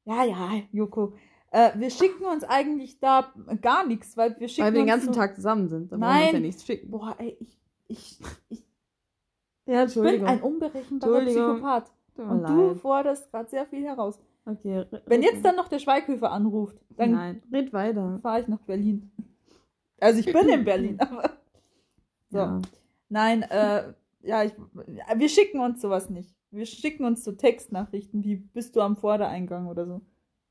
[SPEAKER 3] Ja, ja, Joko. Äh, wir schicken uns eigentlich da gar nichts, weil wir schicken
[SPEAKER 4] Weil wir den
[SPEAKER 3] uns
[SPEAKER 4] ganzen
[SPEAKER 3] so,
[SPEAKER 4] Tag zusammen sind. Dann
[SPEAKER 3] Nein.
[SPEAKER 4] wollen wir uns ja nichts schicken.
[SPEAKER 3] Boah, ey, ich, ich, ich
[SPEAKER 4] Ja,
[SPEAKER 3] bin ein unberechenbarer
[SPEAKER 4] Entschuldigung.
[SPEAKER 3] Psychopath.
[SPEAKER 4] Tut mir
[SPEAKER 3] Und du
[SPEAKER 4] leid.
[SPEAKER 3] forderst gerade sehr viel heraus.
[SPEAKER 4] Okay. re-
[SPEAKER 3] Wenn
[SPEAKER 4] red-
[SPEAKER 3] jetzt dann noch der Schweighöfer anruft, dann
[SPEAKER 4] Nein, red weiter.
[SPEAKER 3] fahre ich nach Berlin. Also ich
[SPEAKER 4] [laughs]
[SPEAKER 3] bin in Berlin, aber. So.
[SPEAKER 4] Ja.
[SPEAKER 3] Nein, äh, ja, ich, wir schicken uns sowas nicht. Wir schicken uns so Textnachrichten, wie bist du am Vordereingang oder so.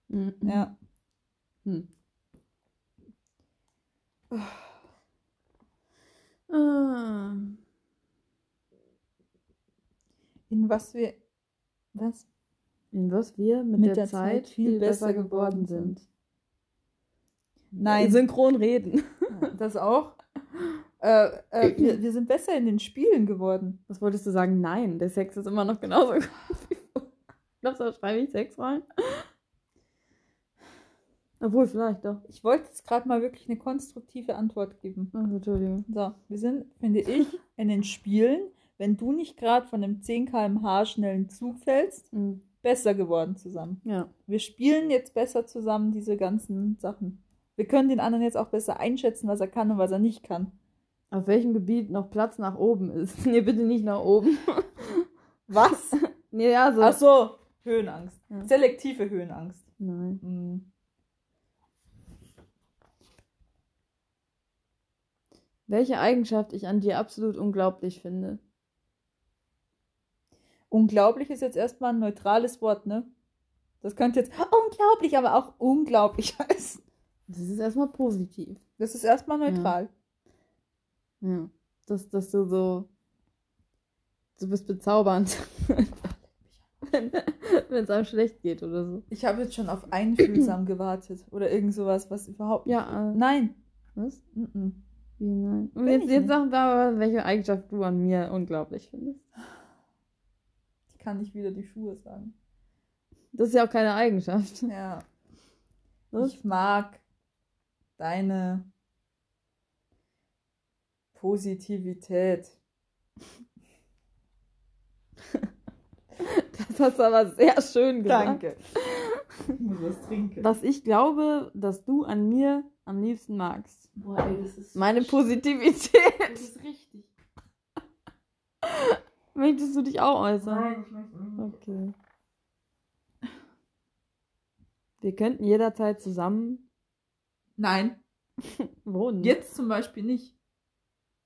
[SPEAKER 4] Mhm.
[SPEAKER 3] Ja.
[SPEAKER 4] Hm. Ah.
[SPEAKER 3] In was wir. Was?
[SPEAKER 4] In was wir mit, der, Zeit viel besser geworden sind.
[SPEAKER 3] Nein,
[SPEAKER 4] Synchron reden.
[SPEAKER 3] das auch. Äh, äh, wir, wir sind besser in den Spielen geworden.
[SPEAKER 4] Was wolltest du sagen? Nein, der Sex ist immer noch genauso [laughs] gut wie vorher. Glaubst du, da schreibe ich Sex rein? Obwohl, vielleicht doch.
[SPEAKER 3] Ich wollte jetzt gerade mal wirklich eine konstruktive Antwort geben.
[SPEAKER 4] Ach, Entschuldigung.
[SPEAKER 3] So, wir sind, finde ich, in den Spielen, wenn du nicht gerade von einem 10 km/h schnellen Zug fällst,
[SPEAKER 4] Mhm.
[SPEAKER 3] besser geworden zusammen.
[SPEAKER 4] Ja.
[SPEAKER 3] Wir spielen jetzt besser zusammen diese ganzen Sachen. Wir können den anderen jetzt auch besser einschätzen, was er kann und was er nicht kann.
[SPEAKER 4] Auf welchem Gebiet noch Platz nach oben ist? [laughs] nee, bitte nicht nach oben.
[SPEAKER 3] Was?
[SPEAKER 4] Nee, also.
[SPEAKER 3] Ach so, Höhenangst.
[SPEAKER 4] Ja.
[SPEAKER 3] Selektive Höhenangst.
[SPEAKER 4] Nein.
[SPEAKER 3] Mhm.
[SPEAKER 4] Welche Eigenschaft ich an dir absolut unglaublich finde?
[SPEAKER 3] Unglaublich ist jetzt erstmal ein neutrales Wort, ne? Das könnte jetzt [laughs] unglaublich, aber auch unglaublich [laughs] heißen.
[SPEAKER 4] Das ist erstmal positiv.
[SPEAKER 3] Das ist erstmal
[SPEAKER 4] Ja.
[SPEAKER 3] neutral.
[SPEAKER 4] Ja. Dass, dass du so. Du bist bezaubernd. [laughs] Wenn es einem schlecht geht oder so.
[SPEAKER 3] Ich habe jetzt schon auf einfühlsam [clears throat] gewartet oder irgend sowas, was überhaupt.
[SPEAKER 4] Ja, äh,
[SPEAKER 3] Nein.
[SPEAKER 4] was?
[SPEAKER 3] Mhm.
[SPEAKER 4] Wie nein? Und
[SPEAKER 3] Bin
[SPEAKER 4] jetzt,
[SPEAKER 3] ich
[SPEAKER 4] jetzt
[SPEAKER 3] nicht.
[SPEAKER 4] sag mal, welche Eigenschaft du an mir unglaublich findest.
[SPEAKER 3] Ich kann nicht wieder die Schuhe sagen.
[SPEAKER 4] Das ist ja auch keine Eigenschaft. [laughs]
[SPEAKER 3] Ja.
[SPEAKER 4] Was?
[SPEAKER 3] Ich mag deine Positivität.
[SPEAKER 4] Das hast du aber sehr schön gesagt.
[SPEAKER 5] Ich muss was trinken.
[SPEAKER 4] Was ich glaube, dass du an mir am liebsten magst.
[SPEAKER 5] Boah, ey, das ist.
[SPEAKER 4] Meine Positivität.
[SPEAKER 5] Das ist richtig.
[SPEAKER 4] [laughs] Möchtest du dich auch äußern?
[SPEAKER 5] ich möchte nicht.
[SPEAKER 4] Okay. Wir könnten jederzeit zusammen
[SPEAKER 3] Nein.
[SPEAKER 4] Wo denn?
[SPEAKER 3] Jetzt zum Beispiel nicht.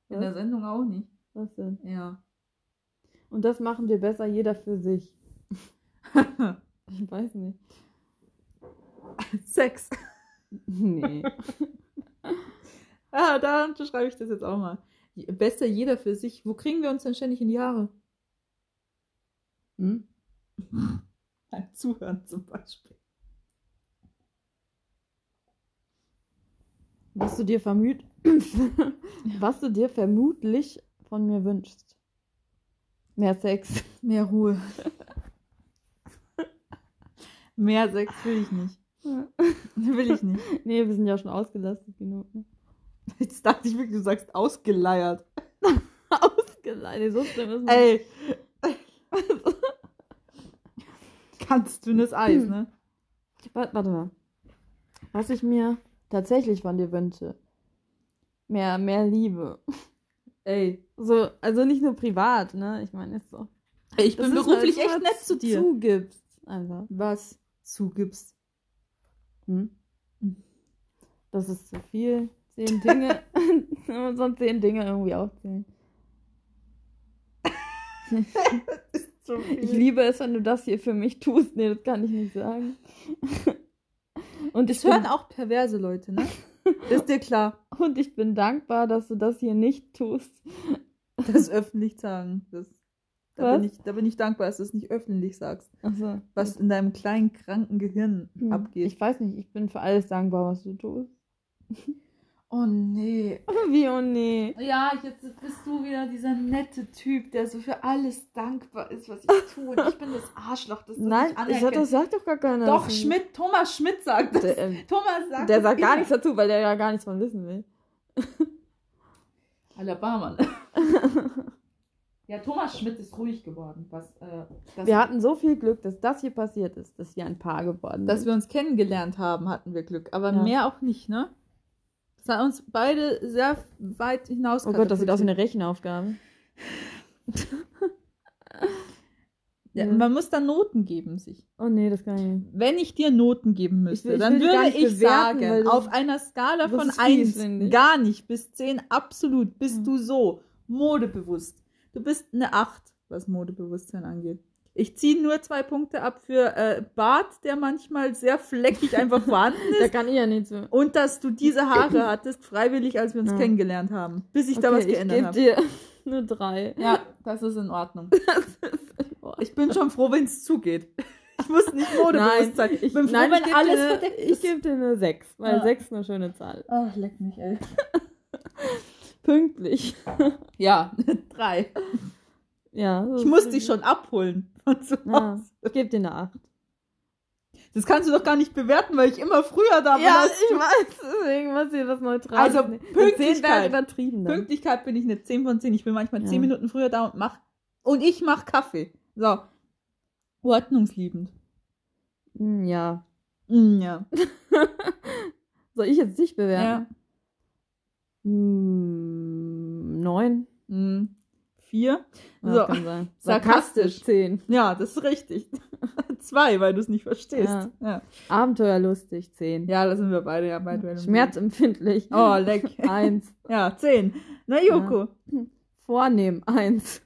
[SPEAKER 3] In
[SPEAKER 4] Was?
[SPEAKER 3] der Sendung auch nicht.
[SPEAKER 4] Was denn?
[SPEAKER 3] Ja.
[SPEAKER 4] Und das machen wir besser, jeder für sich. [laughs] Ich weiß nicht.
[SPEAKER 3] [laughs] Sex.
[SPEAKER 4] Nee.
[SPEAKER 3] Ah, da unterschreibe ich das jetzt auch mal. Besser jeder für sich. Wo kriegen wir uns denn ständig in die Haare?
[SPEAKER 4] [laughs] Hm?
[SPEAKER 3] Beim Zuhören zum Beispiel.
[SPEAKER 4] Was du dir vermüt [laughs] was du dir vermutlich von mir wünschst. Mehr Sex. [laughs]
[SPEAKER 3] Mehr Ruhe. [laughs] Mehr Sex will ich nicht. [laughs] Will ich nicht.
[SPEAKER 4] Nee, wir sind ja schon ausgelastet genug. Ne? [laughs]
[SPEAKER 3] Jetzt dachte ich wirklich, du sagst ausgeleiert.
[SPEAKER 4] Ausgelastet. Nee, so schlimm ist es nicht.
[SPEAKER 3] Ey. [laughs] Ganz dünnes Eis, ne?
[SPEAKER 4] Warte, warte mal. Was ich mir tatsächlich von dir wünsche. Mehr, mehr Liebe.
[SPEAKER 3] [laughs] Ey.
[SPEAKER 4] So, also nicht nur privat, ne? Ich meine, ist so.
[SPEAKER 3] Ich
[SPEAKER 4] Das
[SPEAKER 3] bin
[SPEAKER 4] ist
[SPEAKER 3] beruflich
[SPEAKER 4] halt,
[SPEAKER 3] echt
[SPEAKER 4] was
[SPEAKER 3] nett zu dir.
[SPEAKER 4] Zugibst. Einfach.
[SPEAKER 3] Was zugibst.
[SPEAKER 4] Hm? Das ist zu viel. Zehn Dinge. [laughs] Man soll zehn Dinge irgendwie
[SPEAKER 3] [laughs]
[SPEAKER 4] aufzählen. Ich liebe es, wenn du das hier für mich tust. Nee, das kann ich nicht sagen. Und ich,
[SPEAKER 3] Das hören
[SPEAKER 4] bin,
[SPEAKER 3] auch perverse Leute, ne? [laughs] Ist dir klar,
[SPEAKER 4] und ich bin dankbar, dass du das hier nicht tust.
[SPEAKER 3] das öffentlich sagen. Das, da,
[SPEAKER 4] Was?
[SPEAKER 3] bin ich, da bin ich dankbar, dass du es nicht öffentlich sagst.
[SPEAKER 4] Also, hm,
[SPEAKER 3] Was in deinem kleinen, kranken Gehirn abgeht.
[SPEAKER 4] Ich weiß nicht, ich bin für alles dankbar, was du tust. [laughs]
[SPEAKER 3] oh nee.
[SPEAKER 4] Wie, oh nee.
[SPEAKER 3] Ja, jetzt bist du wieder dieser nette Typ, der so für alles dankbar ist, was ich tue. Und ich bin das Arschloch, [laughs] das
[SPEAKER 4] Nein, ich sag, das sagt doch gar keiner.
[SPEAKER 3] Doch,
[SPEAKER 4] Das ist-
[SPEAKER 3] Schmidt, Thomas Schmidt sagt das.
[SPEAKER 4] [laughs]
[SPEAKER 3] [laughs]
[SPEAKER 4] Der, ähm,
[SPEAKER 3] Thomas sagt
[SPEAKER 4] der
[SPEAKER 3] das
[SPEAKER 4] sagt gar
[SPEAKER 3] immer.
[SPEAKER 4] nichts dazu, weil der ja gar nichts von wissen will.
[SPEAKER 3] Alabama. ne?
[SPEAKER 4] [laughs]
[SPEAKER 3] ja, Thomas Schmidt ist ruhig geworden. Was, äh, das
[SPEAKER 4] Wir hatten so viel Glück, dass das hier passiert ist, dass wir ein Paar geworden
[SPEAKER 3] Dass
[SPEAKER 4] sind.
[SPEAKER 3] wir uns kennengelernt haben, hatten wir Glück. Aber
[SPEAKER 4] Ja.
[SPEAKER 3] mehr auch nicht, ne? Das hat uns beide sehr weit hinaus.
[SPEAKER 4] Oh Gott, das sieht aus wie eine Rechenaufgabe.
[SPEAKER 3] ja, Man muss da Noten geben, sich.
[SPEAKER 4] Oh nee, das kann ich nicht.
[SPEAKER 3] Wenn ich dir Noten geben
[SPEAKER 4] Ich
[SPEAKER 3] müsste,
[SPEAKER 4] will- ich
[SPEAKER 3] dann
[SPEAKER 4] will die gar
[SPEAKER 3] würde
[SPEAKER 4] nicht
[SPEAKER 3] ich
[SPEAKER 4] bewerten, weil
[SPEAKER 3] sagen,
[SPEAKER 4] das-
[SPEAKER 3] auf einer Skala
[SPEAKER 4] das
[SPEAKER 3] von
[SPEAKER 4] ist fies,
[SPEAKER 3] 1
[SPEAKER 4] finde ich.
[SPEAKER 3] gar nicht bis 10 absolut bist
[SPEAKER 4] Mhm.
[SPEAKER 3] du so modebewusst. Du bist eine 8, was Modebewusstsein angeht. Ich ziehe nur zwei Punkte ab für äh, Bart, der manchmal sehr fleckig
[SPEAKER 4] [laughs]
[SPEAKER 3] einfach vorhanden
[SPEAKER 4] Da
[SPEAKER 3] ist.
[SPEAKER 4] kann ich ja nichts mehr.
[SPEAKER 3] Und dass du diese Haare hattest, freiwillig, als wir uns
[SPEAKER 4] Ja.
[SPEAKER 3] kennengelernt haben. Bis ich da was
[SPEAKER 4] ich
[SPEAKER 3] geändert
[SPEAKER 4] gebe
[SPEAKER 3] habe.
[SPEAKER 4] dir [laughs] eine 3.
[SPEAKER 3] Ja, [laughs] das ist in Ordnung. Ich bin schon froh, wenn es zugeht. Ich muss nicht modebewusst sein. Ich bin froh,
[SPEAKER 4] Nein, ich
[SPEAKER 3] wenn
[SPEAKER 4] geb
[SPEAKER 3] alles
[SPEAKER 4] dir eine,
[SPEAKER 3] verdeckt
[SPEAKER 4] Ich
[SPEAKER 3] ist.
[SPEAKER 4] gebe dir eine 6, weil
[SPEAKER 3] Ja.
[SPEAKER 4] 6 ist eine schöne Zahl.
[SPEAKER 3] Ach, leck mich, ey.
[SPEAKER 4] [laughs] Pünktlich.
[SPEAKER 3] Ja, [laughs] drei.
[SPEAKER 4] Ja. das
[SPEAKER 3] Ich
[SPEAKER 4] ist
[SPEAKER 3] muss
[SPEAKER 4] wirklich-
[SPEAKER 3] dich schon abholen von zu
[SPEAKER 4] Oh, Ja.
[SPEAKER 3] Hause.
[SPEAKER 4] Ich gebe dir eine 8.
[SPEAKER 3] Das kannst du doch gar nicht bewerten, weil ich immer früher da war.
[SPEAKER 4] weiß. Deswegen muss ich das neutral.
[SPEAKER 3] Also,
[SPEAKER 4] nehmen. Eine
[SPEAKER 3] Pünktlichkeit.
[SPEAKER 4] 10 wäre übertrieben.
[SPEAKER 3] ne?
[SPEAKER 4] Dann.
[SPEAKER 3] Pünktlichkeit bin ich eine 10 von 10. Ich bin manchmal
[SPEAKER 4] Ja.
[SPEAKER 3] 10 Minuten früher da und mach. Und ich mach Kaffee. So. Ordnungsliebend.
[SPEAKER 4] Hm, Ja.
[SPEAKER 3] Mm, ja.
[SPEAKER 4] Soll ich jetzt dich bewerten?
[SPEAKER 3] ja.
[SPEAKER 4] Hm, 9.
[SPEAKER 3] Mm. Vier.
[SPEAKER 4] Ja,
[SPEAKER 3] so. [laughs]
[SPEAKER 4] kann sein.
[SPEAKER 3] Sarkastisch.
[SPEAKER 4] 10.
[SPEAKER 3] Ja, das ist richtig. [laughs] Zwei, weil du es nicht verstehst.
[SPEAKER 4] Ja.
[SPEAKER 3] Ja. Ja.
[SPEAKER 4] Abenteuerlustig 10.
[SPEAKER 3] da sind wir beide ja beide. bei dem
[SPEAKER 4] Schmerzempfindlich
[SPEAKER 3] Leben. Oh, leck.
[SPEAKER 4] [laughs] 1.
[SPEAKER 3] ja, zehn. Na, Joko.
[SPEAKER 4] Vornehm 1.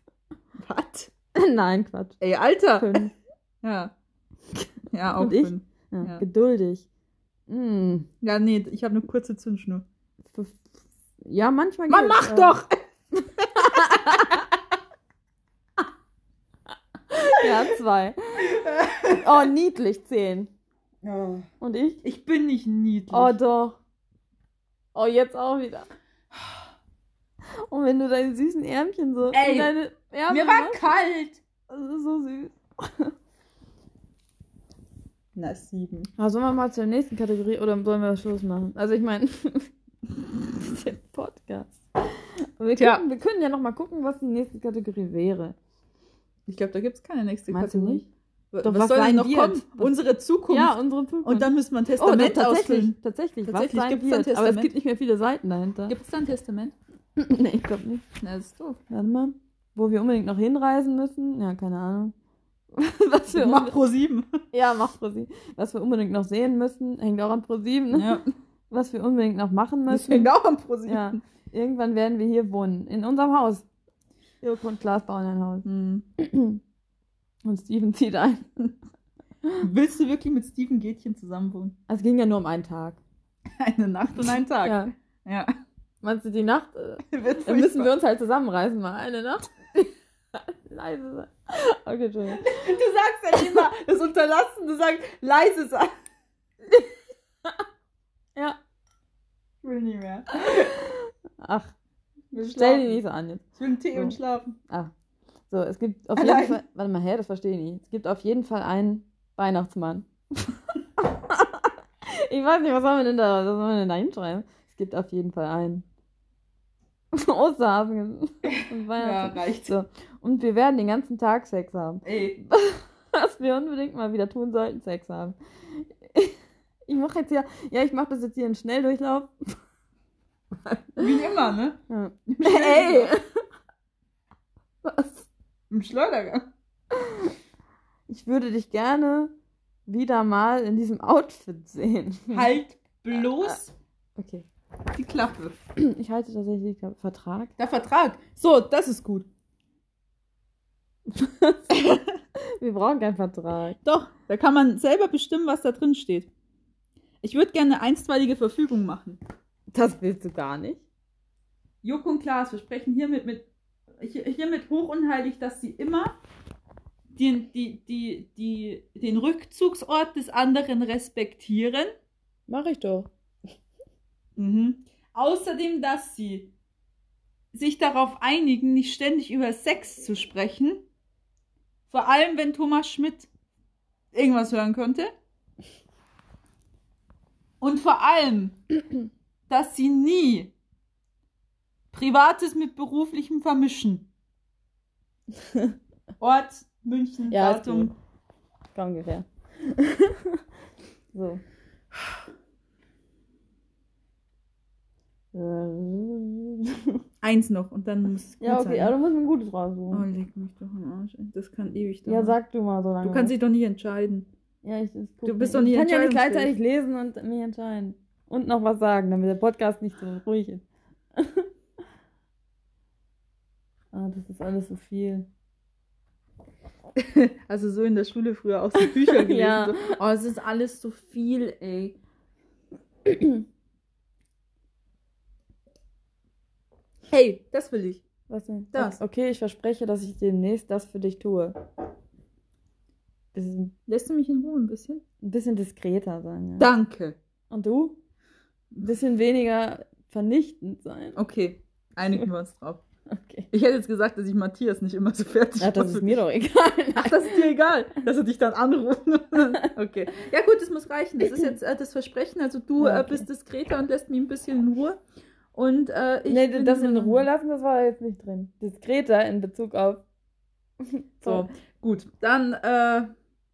[SPEAKER 3] Was?
[SPEAKER 4] [laughs] Nein, Quatsch.
[SPEAKER 3] Ey, Alter.
[SPEAKER 4] 5.
[SPEAKER 3] Ja. Ja, auch
[SPEAKER 4] Und ich?
[SPEAKER 3] fünf.
[SPEAKER 4] Ja.
[SPEAKER 3] Ja.
[SPEAKER 4] Geduldig. Hm.
[SPEAKER 3] Ja, nee, ich habe eine kurze Zündschnur.
[SPEAKER 4] F- Ja, manchmal
[SPEAKER 3] Man
[SPEAKER 4] geht's,
[SPEAKER 3] macht
[SPEAKER 4] äh,
[SPEAKER 3] doch!
[SPEAKER 4] Ja,
[SPEAKER 3] [laughs]
[SPEAKER 4] 2. Oh, niedlich 10. Und ich?
[SPEAKER 3] Ich bin nicht niedlich.
[SPEAKER 4] Oh, doch. Oh, jetzt auch wieder. Und wenn du deine süßen Ärmchen so.
[SPEAKER 3] Ey,
[SPEAKER 4] in deine Ärmel
[SPEAKER 3] Mir war
[SPEAKER 4] machst,
[SPEAKER 3] kalt!
[SPEAKER 4] Das ist so süß.
[SPEAKER 3] Na, sieben.
[SPEAKER 4] Aber sollen Also, wir mal zur nächsten Kategorie oder sollen wir Schluss machen? Also, ich meine, [laughs] der Podcast. Aber Wir,
[SPEAKER 3] Tja.
[SPEAKER 4] gucken, wir können ja noch mal gucken, was die nächste Kategorie wäre.
[SPEAKER 3] Ich glaube, da gibt's keine nächste
[SPEAKER 4] Meinst du
[SPEAKER 3] Kategorie.
[SPEAKER 4] nicht?
[SPEAKER 3] Wa-
[SPEAKER 4] Doch,
[SPEAKER 3] was,
[SPEAKER 4] was
[SPEAKER 3] soll denn
[SPEAKER 4] sein
[SPEAKER 3] noch
[SPEAKER 4] wird?
[SPEAKER 3] kommen?
[SPEAKER 4] Was-
[SPEAKER 3] Unsere Zukunft.
[SPEAKER 4] Ja, unsere Zukunft.
[SPEAKER 3] und dann müssen wir ein
[SPEAKER 4] oh, doch,
[SPEAKER 3] Testament
[SPEAKER 4] tatsächlich,
[SPEAKER 3] ausfüllen.
[SPEAKER 4] tatsächlich,
[SPEAKER 3] Tatsächlich
[SPEAKER 4] was sein
[SPEAKER 3] gibt's da ein
[SPEAKER 4] wird. Aber es
[SPEAKER 3] Testament?
[SPEAKER 4] gibt nicht mehr viele Seiten dahinter. [laughs]
[SPEAKER 3] Gibt's da ein Testament?
[SPEAKER 4] nee, ich glaube nicht.
[SPEAKER 3] Na, das ist doof.
[SPEAKER 4] Warte mal. Wo wir unbedingt noch hinreisen müssen. Ja, keine Ahnung. [laughs] Was wir
[SPEAKER 3] Mach
[SPEAKER 4] unbedingt,
[SPEAKER 3] pro sieben.
[SPEAKER 4] [laughs] ja, mach ProSieben. Was wir unbedingt noch sehen müssen, hängt auch an ProSieben. Ne?
[SPEAKER 3] Ja.
[SPEAKER 4] was wir unbedingt noch machen
[SPEAKER 3] Das
[SPEAKER 4] müssen.
[SPEAKER 3] hängt auch am ProSieben.
[SPEAKER 4] Ja, irgendwann werden wir hier wohnen. In unserem Haus. Jörg und Klaas bauen ein Haus.
[SPEAKER 3] Hm.
[SPEAKER 4] Und Steven zieht ein.
[SPEAKER 3] Willst du wirklich mit Steven Gätchen zusammenwohnen?
[SPEAKER 4] Es ging ja nur um einen Tag.
[SPEAKER 3] [laughs] Eine Nacht und einen Tag.
[SPEAKER 4] Ja.
[SPEAKER 3] Ja. [laughs]
[SPEAKER 4] Meinst du, die Nacht? äh,
[SPEAKER 3] Wird
[SPEAKER 4] Dann müssen
[SPEAKER 3] furchtbar.
[SPEAKER 4] wir uns halt zusammenreißen, mal eine Nacht. [laughs] Leise sein. Okay, Entschuldigung.
[SPEAKER 3] Du sagst ja immer, das Unterlassen, du sagst leise sein.
[SPEAKER 4] [laughs] Ja.
[SPEAKER 3] Ich will nie mehr.
[SPEAKER 4] Ach,
[SPEAKER 3] Ich will
[SPEAKER 4] stell
[SPEAKER 3] schlafen.
[SPEAKER 4] dich nicht so an jetzt.
[SPEAKER 3] Ich will einen Tee
[SPEAKER 4] So.
[SPEAKER 3] und schlafen.
[SPEAKER 4] Ach. So, es gibt auf
[SPEAKER 3] Allein.
[SPEAKER 4] jeden Fall. Warte mal her, das verstehe ich nicht. Es gibt auf jeden Fall einen
[SPEAKER 3] [laughs]
[SPEAKER 4] Weihnachtsmann. ich weiß nicht, was soll man denn da, was soll man denn da hinschreiben? Es gibt auf jeden Fall einen. [laughs] Osterhasen und
[SPEAKER 3] [laughs] Ja,
[SPEAKER 4] Weihnachten.
[SPEAKER 3] reicht.
[SPEAKER 4] so. Und wir werden den ganzen Tag Sex haben. [laughs]
[SPEAKER 3] Ey,
[SPEAKER 4] was wir unbedingt mal wieder tun sollten, Sex haben. [laughs] Ich mache jetzt hier, ja, ich mache das jetzt hier in Schnelldurchlauf.
[SPEAKER 3] wie immer, ne?
[SPEAKER 4] Ja.
[SPEAKER 3] Im
[SPEAKER 4] Ey! [laughs]
[SPEAKER 3] Schleudergang.
[SPEAKER 4] Was?
[SPEAKER 3] Im Schleudergang.
[SPEAKER 4] Ich würde dich gerne wieder mal in diesem Outfit sehen.
[SPEAKER 3] Halt bloß
[SPEAKER 4] Okay.
[SPEAKER 3] die Klappe.
[SPEAKER 4] Ich halte tatsächlich den Vertrag.
[SPEAKER 3] Der Vertrag. So, das ist gut.
[SPEAKER 4] Wir brauchen keinen Vertrag.
[SPEAKER 3] Doch, da kann man selber bestimmen, was da drin steht. Ich würde gerne eine einstweilige Verfügung machen.
[SPEAKER 4] Das willst du gar nicht.
[SPEAKER 3] Joko und Klaas versprechen hiermit, mit, hier- hiermit hochunheilig, dass sie immer den, die, die, die, den Rückzugsort des anderen respektieren.
[SPEAKER 4] Mach ich doch.
[SPEAKER 3] Mhm. Außerdem, dass sie sich darauf einigen, nicht ständig über Sex zu sprechen. Vor allem, wenn Thomas Schmidt irgendwas hören könnte. Und vor
[SPEAKER 4] [clears throat]
[SPEAKER 3] allem, dass sie nie Privates mit Beruflichem
[SPEAKER 4] [laughs]
[SPEAKER 3] vermischen. Ort, München,
[SPEAKER 4] Ja, ist
[SPEAKER 3] Datum.
[SPEAKER 4] gut. Komm ungefähr. [laughs] so. Ähm.
[SPEAKER 3] Eins noch und dann muss es gut
[SPEAKER 4] Ja, okay, also-
[SPEAKER 3] sein.
[SPEAKER 4] aber du musst mir ein gutes
[SPEAKER 3] Oh,
[SPEAKER 4] raussuchen.
[SPEAKER 3] leg mich doch am Arsch. ey. Das kann ewig dauern.
[SPEAKER 4] ja, sag du mal so lange.
[SPEAKER 3] Du kannst dich doch nicht entscheiden.
[SPEAKER 4] ja, ich, ich guck
[SPEAKER 3] Du bist
[SPEAKER 4] mal.
[SPEAKER 3] doch nie
[SPEAKER 4] Ich kann ja nicht
[SPEAKER 3] entscheidungsfähig.
[SPEAKER 4] gleichzeitig lesen und mich entscheiden. Und noch was sagen, damit der Podcast nicht so ruhig ist. [laughs] ah, das ist alles so
[SPEAKER 3] [laughs]
[SPEAKER 4] viel.
[SPEAKER 3] Also so in der Schule früher aus den
[SPEAKER 4] [laughs]
[SPEAKER 3] Büchern gelesen.
[SPEAKER 4] Ja.
[SPEAKER 3] so, Oh, es ist alles so viel, ey. hey, das will ich.
[SPEAKER 4] Was denn?
[SPEAKER 3] Das.
[SPEAKER 4] Okay, ich verspreche, dass ich demnächst das für dich tue. Das ist ein
[SPEAKER 3] Lässt du mich in Ruhe ein bisschen?
[SPEAKER 4] ein bisschen diskreter sein, ja.
[SPEAKER 3] Danke.
[SPEAKER 4] Und du? Ein bisschen weniger vernichtend sein. [laughs]
[SPEAKER 3] Okay, einigen wir uns drauf.
[SPEAKER 4] Okay.
[SPEAKER 3] Ich hätte jetzt gesagt, dass ich Matthias nicht immer so fertig
[SPEAKER 4] Ja, das
[SPEAKER 3] mache.
[SPEAKER 4] ist mir doch egal.
[SPEAKER 3] Ach, das ist dir egal, dass er dich dann anruft. [laughs] okay. Ja gut, das muss reichen. Das ist jetzt äh, das Versprechen. Also du
[SPEAKER 4] Ja,
[SPEAKER 3] äh,
[SPEAKER 4] okay.
[SPEAKER 3] bist diskreter und lässt mich ein bisschen in Ruhe. Und äh, ich
[SPEAKER 4] nee,
[SPEAKER 3] bin- ähm,
[SPEAKER 4] das in Ruhe lassen, das war da jetzt nicht drin. Diskreter in
[SPEAKER 3] [laughs]
[SPEAKER 4] Bezug auf.
[SPEAKER 3] So, gut. Dann äh,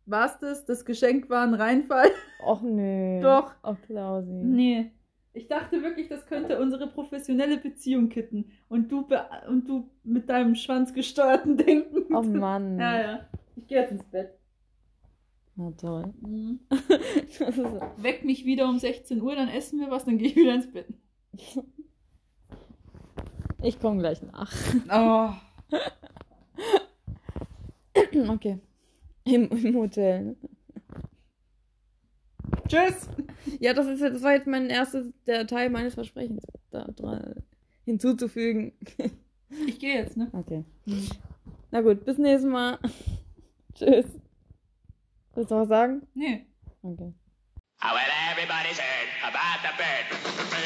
[SPEAKER 3] war's das. Das Geschenk war ein Reinfall.
[SPEAKER 4] Och nö.
[SPEAKER 3] Doch.
[SPEAKER 4] Och, Klausi.
[SPEAKER 3] Nee. Ich dachte wirklich, das könnte unsere professionelle Beziehung kitten. Und du, be und du mit deinem schwanzgesteuerten Denken.
[SPEAKER 4] Oh Mann.
[SPEAKER 3] [laughs] Ja, ja. Ich gehe jetzt ins Bett.
[SPEAKER 4] Na toll. [laughs]
[SPEAKER 3] Mhm.
[SPEAKER 4] Das ist,
[SPEAKER 3] Weck mich wieder um 16 Uhr, dann essen wir was, dann gehe ich wieder ins Bett.
[SPEAKER 4] ich komme gleich nach. [clears throat]
[SPEAKER 3] Oh.
[SPEAKER 4] okay. Im, Im Hotel.
[SPEAKER 3] Tschüss.
[SPEAKER 4] Ja, das, ist, jetzt- das war jetzt mein erstes, der Teil meines Versprechens, da dran hinzuzufügen.
[SPEAKER 3] Ich gehe jetzt, ne?
[SPEAKER 4] Okay. Na gut, bis nächstes Mal. [laughs] Tschüss. Willst du noch was sagen?
[SPEAKER 3] Nee.
[SPEAKER 4] Okay.
[SPEAKER 6] Oh, well, everybody's heard about the bird.